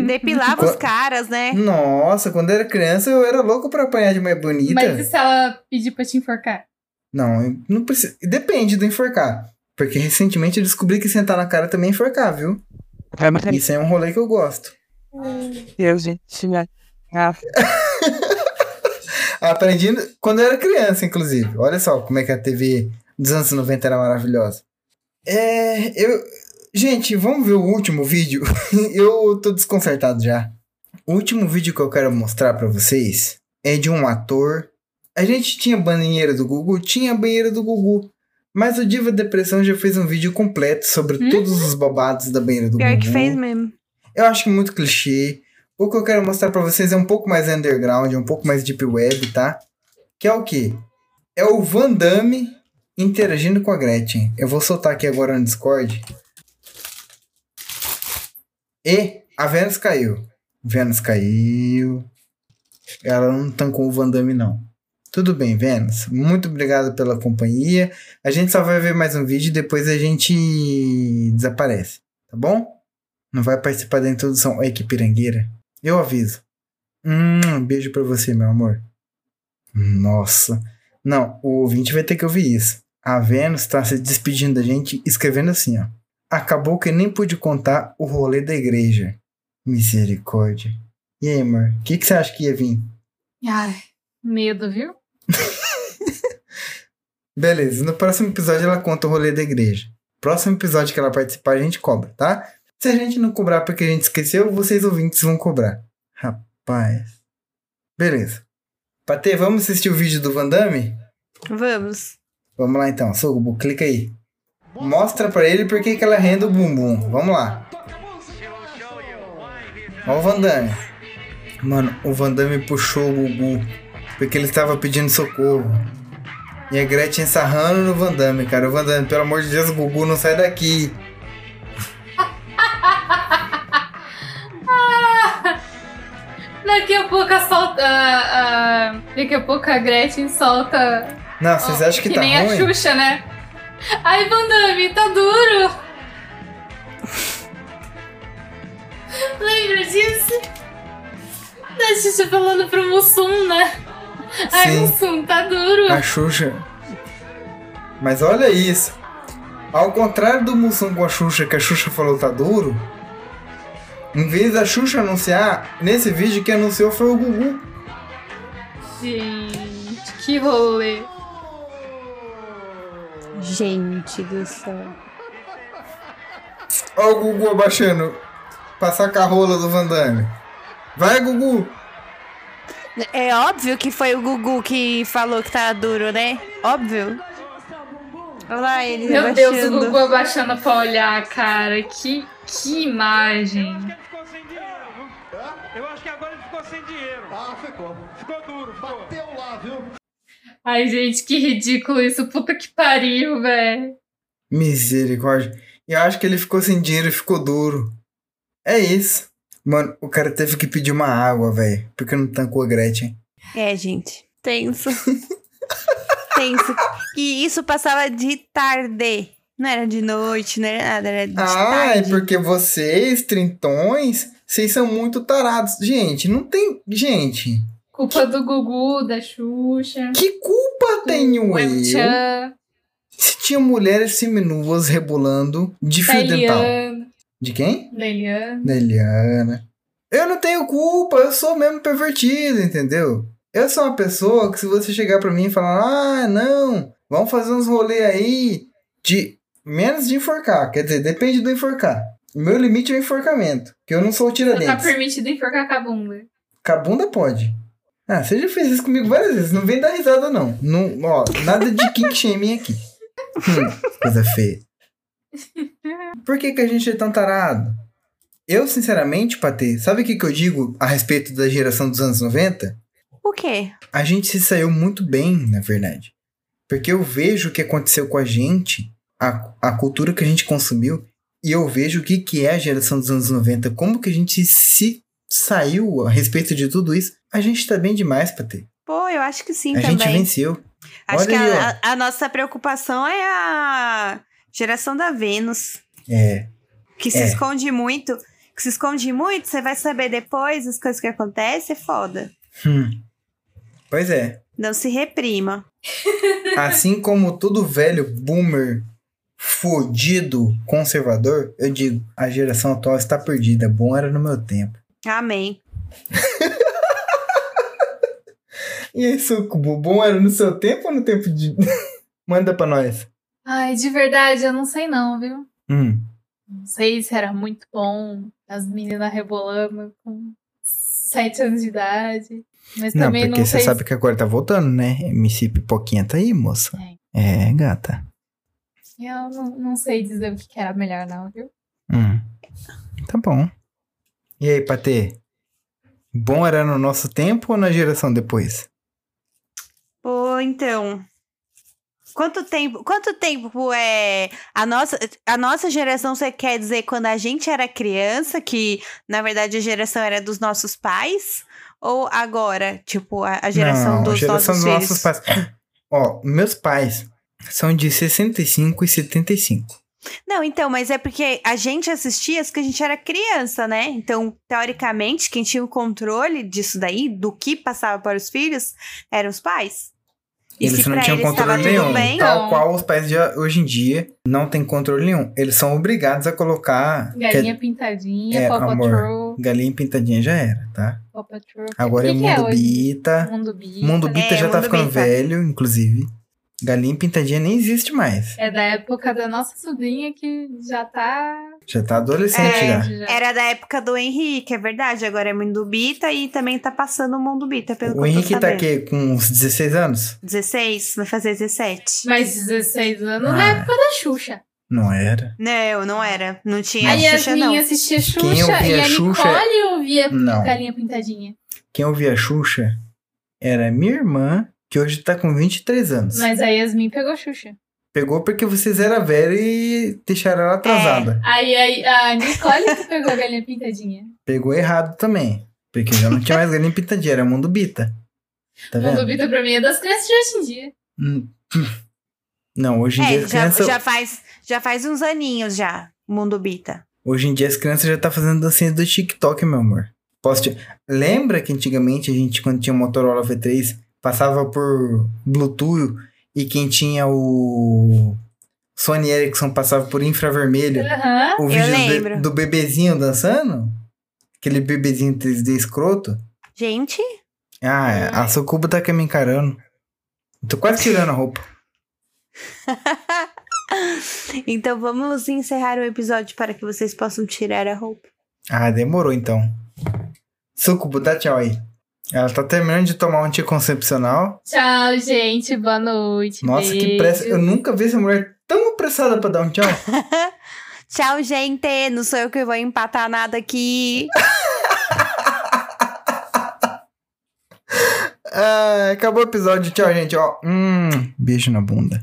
Depilava os caras, É. né? Nossa, quando eu era criança eu era louco pra apanhar de mulher bonita. Mas e se ela pedir pra te enforcar? Não, eu não precisa. Depende do enforcar. Porque recentemente eu descobri que sentar na cara também é enforcar, viu? Isso é um rolê que eu gosto. Deus, gente. minha- Ah, Aprendi no- quando eu era criança, inclusive. Olha só como é que a TV dos anos 90 era maravilhosa. É, eu. Gente, vamos ver o último vídeo? eu tô desconcertado já. O último vídeo que eu quero mostrar pra vocês é de um ator. A gente tinha banheira do Gugu? Tinha a banheira do Gugu. Mas o Diva Depressão já fez um vídeo completo sobre todos os bobados da banheira do Hum? Pior Gugu. que fez mesmo. Eu acho que é muito clichê. O que eu quero mostrar pra vocês é um pouco mais underground, um pouco mais deep web, tá? Que é o quê? É o Van Damme interagindo com a Gretchen. Eu vou soltar aqui agora no Discord. E a Vênus caiu. Vênus caiu. Ela não tancou o Van Damme, não. Tudo bem, Vênus. Muito obrigado pela companhia. A gente só vai ver mais um vídeo e depois a gente desaparece, tá bom? Não vai participar da introdução. Oi, que pirangueira. Eu aviso. Hum, um beijo pra você, meu amor. Nossa. Não, o ouvinte vai ter que ouvir isso. A Vênus tá se despedindo da gente escrevendo assim, ó. Acabou que nem pude contar o rolê da igreja. Misericórdia. E aí, amor? O que, que você acha que ia vir? Ai, medo, viu? Beleza, no próximo episódio ela conta o rolê da igreja. Próximo episódio que ela participar, a gente cobra, tá? Se a gente não cobrar porque a gente esqueceu, vocês ouvintes vão cobrar. Rapaz. Beleza. Patê, vamos assistir o vídeo do Van Damme? Vamos. Vamos lá então, Sucubo, clica aí. Mostra pra ele por que que ela rende o bumbum. Vamos lá. Ó o Van Damme. Mano, o Van Damme puxou o Gugu porque ele estava pedindo socorro. E a Gretchen sarrando no Van Damme, cara. O Van Damme, pelo amor de Deus, o Gugu não sai daqui. Daqui a pouco a solta. a- a- daqui a pouco a Gretchen solta. Não, vocês acham que, que tá nem ruim? a Xuxa, né? Ai, Van Damme, tá duro! Lembra disso? Da Xuxa falando pro Mussum, né? Ai, Sim. Mussum, tá duro! A Xuxa. Mas olha isso. Ao contrário do Mussum com a Xuxa, que a Xuxa falou tá duro. Em vez da Xuxa anunciar, nesse vídeo que anunciou foi o Gugu. Gente, que rolê! Gente do céu. Ó o Gugu abaixando. Passar com a rola do Van Damme. Vai, Gugu! É óbvio que foi o Gugu que falou que tá duro, né? Óbvio. Olha lá ele Meu Deus, o abaixando. Gugu abaixando pra olhar, cara. Que, que imagem. Eu acho que agora ele ficou sem dinheiro. Ah, ficou. Ficou duro. Bateu lá, viu? Ai, gente, que ridículo isso. Puta que pariu, velho. Misericórdia. E eu acho que ele ficou sem dinheiro e ficou duro. É isso. Mano, o cara teve que pedir uma água, velho. Porque não tancou a Gretchen. É, gente. Tenso. Tenso. E isso passava de tarde. Não era de noite, não era nada, era de Ah, é tarde. porque vocês, trintões, vocês são muito tarados. Gente, não tem. Gente, Culpa do Gugu, da Xuxa. Que culpa tenho é eu? é um Tchan, Se tinha mulheres seminuas rebolando de da fio dental. Eliana. De quem? Da Eliana. Da Eliana. Eu não tenho culpa, eu sou mesmo pervertido, entendeu? Eu sou uma pessoa que se você chegar pra mim e falar, ah, não, vamos fazer uns rolê aí de menos de enforcar, quer dizer, depende do enforcar. O meu limite é o enforcamento, que eu não sou o Não tá tiradentes. permitido enforcar com a bunda. Com a bunda pode. Ah, você já fez isso comigo várias vezes. Não vem dar risada, não. não ó, nada de kink shaming aqui. Hum, coisa feia. Por que, que a gente é tão tarado? Eu, sinceramente, Patê, sabe o que, que eu digo a respeito da geração dos anos 90? O quê? A gente se saiu muito bem, na verdade. Porque eu vejo o que aconteceu com a gente, a, a cultura que a gente consumiu, e eu vejo o que, que é a geração dos anos 90, como que a gente se saiu a respeito de tudo isso. A gente tá bem demais, Patê. Pô, eu acho que sim a também. gente venceu. Acho Olha que aí, ó. a, a nossa preocupação é a geração da Vênus, É. que se É. esconde muito. Que se esconde muito, você vai saber depois as coisas que acontecem, é foda. Hum. Pois é. Não se reprima. Assim como todo velho boomer fodido conservador, eu digo, a geração atual está perdida. Bom era no meu tempo. Amém. E aí, Sucubo, bom era no seu tempo ou no tempo de. Manda pra nós. Ai, de verdade, eu não sei não, viu? Hum. Não sei se era muito bom. As meninas rebolando com sete anos de idade. Mas Não, também porque não você sei sabe que agora tá voltando, né? MC Pipoquinha tá aí, moça. É, gata. se... Eu não, não sei dizer o que que era melhor não, viu? Hum. Tá bom. E aí, Patê? Bom era no nosso tempo ou na geração depois? Pô, então. Quanto tempo, quanto tempo é a nossa, a nossa geração, você quer dizer quando a gente era criança, que na verdade a geração era dos nossos pais, ou agora? Tipo, a, a geração Não, dos geração nossos dos nossos filhos. pais. Ó, meus pais são de 65 e 75. Não, então, mas é porque a gente assistia as que a gente era criança, né? Então, teoricamente, quem tinha o controle disso daí, do que passava para os filhos, eram os pais. E eles se não pra tinham eles controle tava tudo nenhum. bem, tal não. qual os pais de hoje em dia não têm controle nenhum. Eles são obrigados a colocar. Galinha que- pintadinha, é, Paw amor, Patrol. galinha pintadinha já era, tá? Paw Patrol. Agora O é que Mundo que é hoje? Bita. Mundo Bita. Mundo Bita É, já tá Mundo ficando Bita. velho, inclusive. Galinha pintadinha nem existe mais. É da época da nossa sobrinha que já tá. Já tá adolescente É, já. Era da época do Henrique, é verdade. Agora é Mundo Bita e também tá passando o Mundo Bita, pelo que O eu tô Henrique tá sabendo. aqui com uns 16 anos? 16, vai fazer 17. Mas 16 anos Ah. na época da Xuxa. Não era. Não, não era. Não tinha Aí a Xuxa, não. Yasmin assistia Xuxa Quem ouvia e a Nicole Xuxa- ouvia Não. Galinha Pintadinha. Quem ouvia a Xuxa era minha irmã, que hoje tá com 23 anos. Mas a Yasmin pegou Xuxa. Pegou porque vocês eram velhos e deixaram ela atrasada. É. Aí, aí a Nicole que pegou a Galinha Pintadinha. Pegou errado também. Porque já não tinha mais galinha pintadinha, era mundo bita. Tá Não vendo? duvida pra mim é das crianças de hoje em dia. Hum. Não, hoje em dia É, as já, crianças. já, faz, já faz uns aninhos já, Mundo Bita. Hoje em dia as crianças já tá fazendo dancinha do TikTok, meu amor. Posso te- Lembra que antigamente a gente, quando tinha Motorola V3, passava por Bluetooth e quem tinha o Sony Ericsson passava por infravermelho? Aham, o eu vídeo do- lembro. Do, bebezinho dançando? Aquele bebezinho 3D escroto? Gente, Ah, é, a Sucuba tá aqui me encarando. Eu Tô quase tirando a roupa. então vamos encerrar o episódio para que vocês possam tirar a roupa. Ah, demorou então. Sucubo, dá tchau aí. Ela tá terminando de tomar um anticoncepcional. Tchau, gente. Boa noite. Nossa, que beijo. pressa. Eu nunca vi essa mulher tão apressada pra dar um tchau. Tchau, gente. Não sou eu que vou empatar nada aqui. Ah, acabou o episódio. Tchau, gente. Ó, hum, beijo na bunda.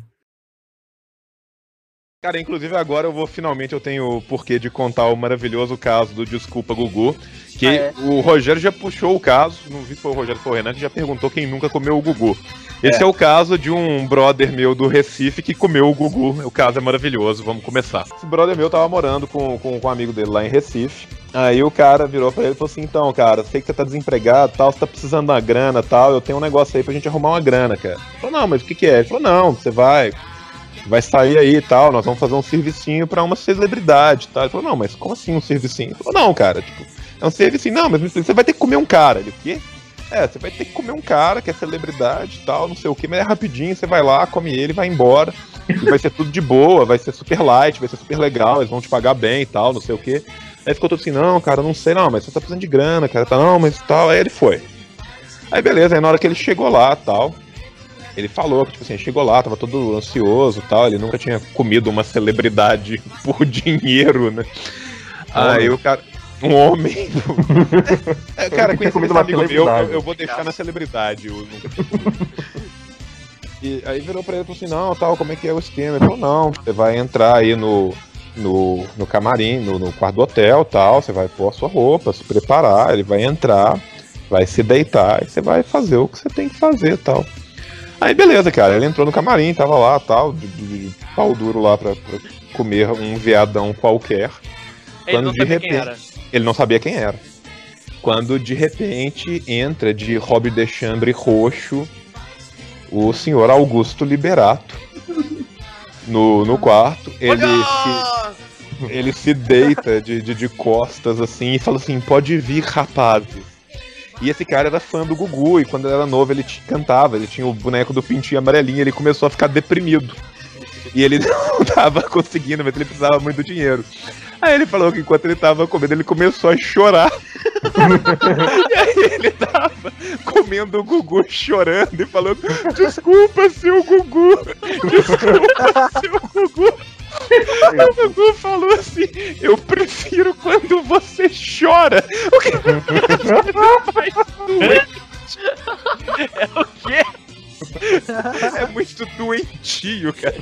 Cara, inclusive agora eu vou finalmente eu tenho o porquê de contar o maravilhoso caso do Desculpa Gugu, que Ah, é? o Rogério já puxou o caso, não vi se foi o Rogério ou foi o Renan, que já perguntou quem nunca comeu o Gugu. Esse é. É. o caso de um brother meu do Recife que comeu o Gugu. O caso é maravilhoso, vamos começar. Esse brother meu tava morando com, com, com um amigo dele lá em Recife. Aí o cara virou pra ele e falou assim: então, cara, sei que você tá desempregado tal, você tá precisando da grana tal, eu tenho um negócio aí pra gente arrumar uma grana, cara. Ele falou: não, mas o que, que é? Ele falou: não, você vai vai sair aí e tal, nós vamos fazer um servicinho pra uma celebridade, tá? Ele falou, não, mas como assim um servicinho? Ele falou, não, cara, tipo, é um servicinho, não, mas você vai ter que comer um cara. Ele, o quê? É, você vai ter que comer um cara que é celebridade e tal, não sei o quê, mas é rapidinho, você vai lá, come ele, vai embora. E vai ser tudo de boa, vai ser super light, vai ser super legal, eles vão te pagar bem e tal, não sei o quê. Aí ficou todo assim, não, cara, não sei não, mas você tá precisando de grana, cara, tá, não, mas tal, aí ele foi. Aí beleza, aí na hora que ele chegou lá tal, ele falou que, tipo assim, chegou lá, tava todo ansioso e tal, ele nunca tinha comido uma celebridade por dinheiro, né? Aí o cara. Um homem. É, cara, conheci esse amigo meu, eu, eu vou deixar na celebridade. Eu nunca tinha comido. E é aí virou pra ele e falou assim, não, tal, como é que é o esquema? Ele falou, não, você vai entrar aí no, no, no camarim, no, no quarto do hotel tal, você vai pôr a sua roupa, se preparar, ele vai entrar, vai se deitar, e você vai fazer o que você tem que fazer tal. Aí beleza, cara, ele entrou no camarim, tava lá tal, de, de- de pau duro lá pra, pra comer um veadão qualquer. Ele não sabia quem era. Ele não sabia quem era. Quando de repente entra de Rob Deixandre roxo o senhor Augusto Liberato no, no quarto. Ele se, ele se deita de, de, de costas assim e fala assim: pode vir, rapazes. E esse cara era fã do Gugu, e quando ele era novo ele t- cantava, ele tinha o boneco do pintinho amarelinho, ele começou a ficar deprimido. E ele não tava conseguindo, mas ele precisava muito do dinheiro. Aí ele falou que enquanto ele tava comendo, ele começou a chorar. e aí ele tava comendo o Gugu, chorando e falando: Desculpa, seu Gugu! Desculpa, seu Gugu! O Gugu falou assim: Eu prefiro quando você chora. O que faz doente. É o quê? É muito doentio, cara.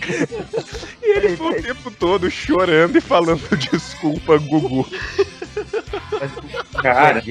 E ele foi o tempo todo chorando e falando desculpa, Gugu. Cara,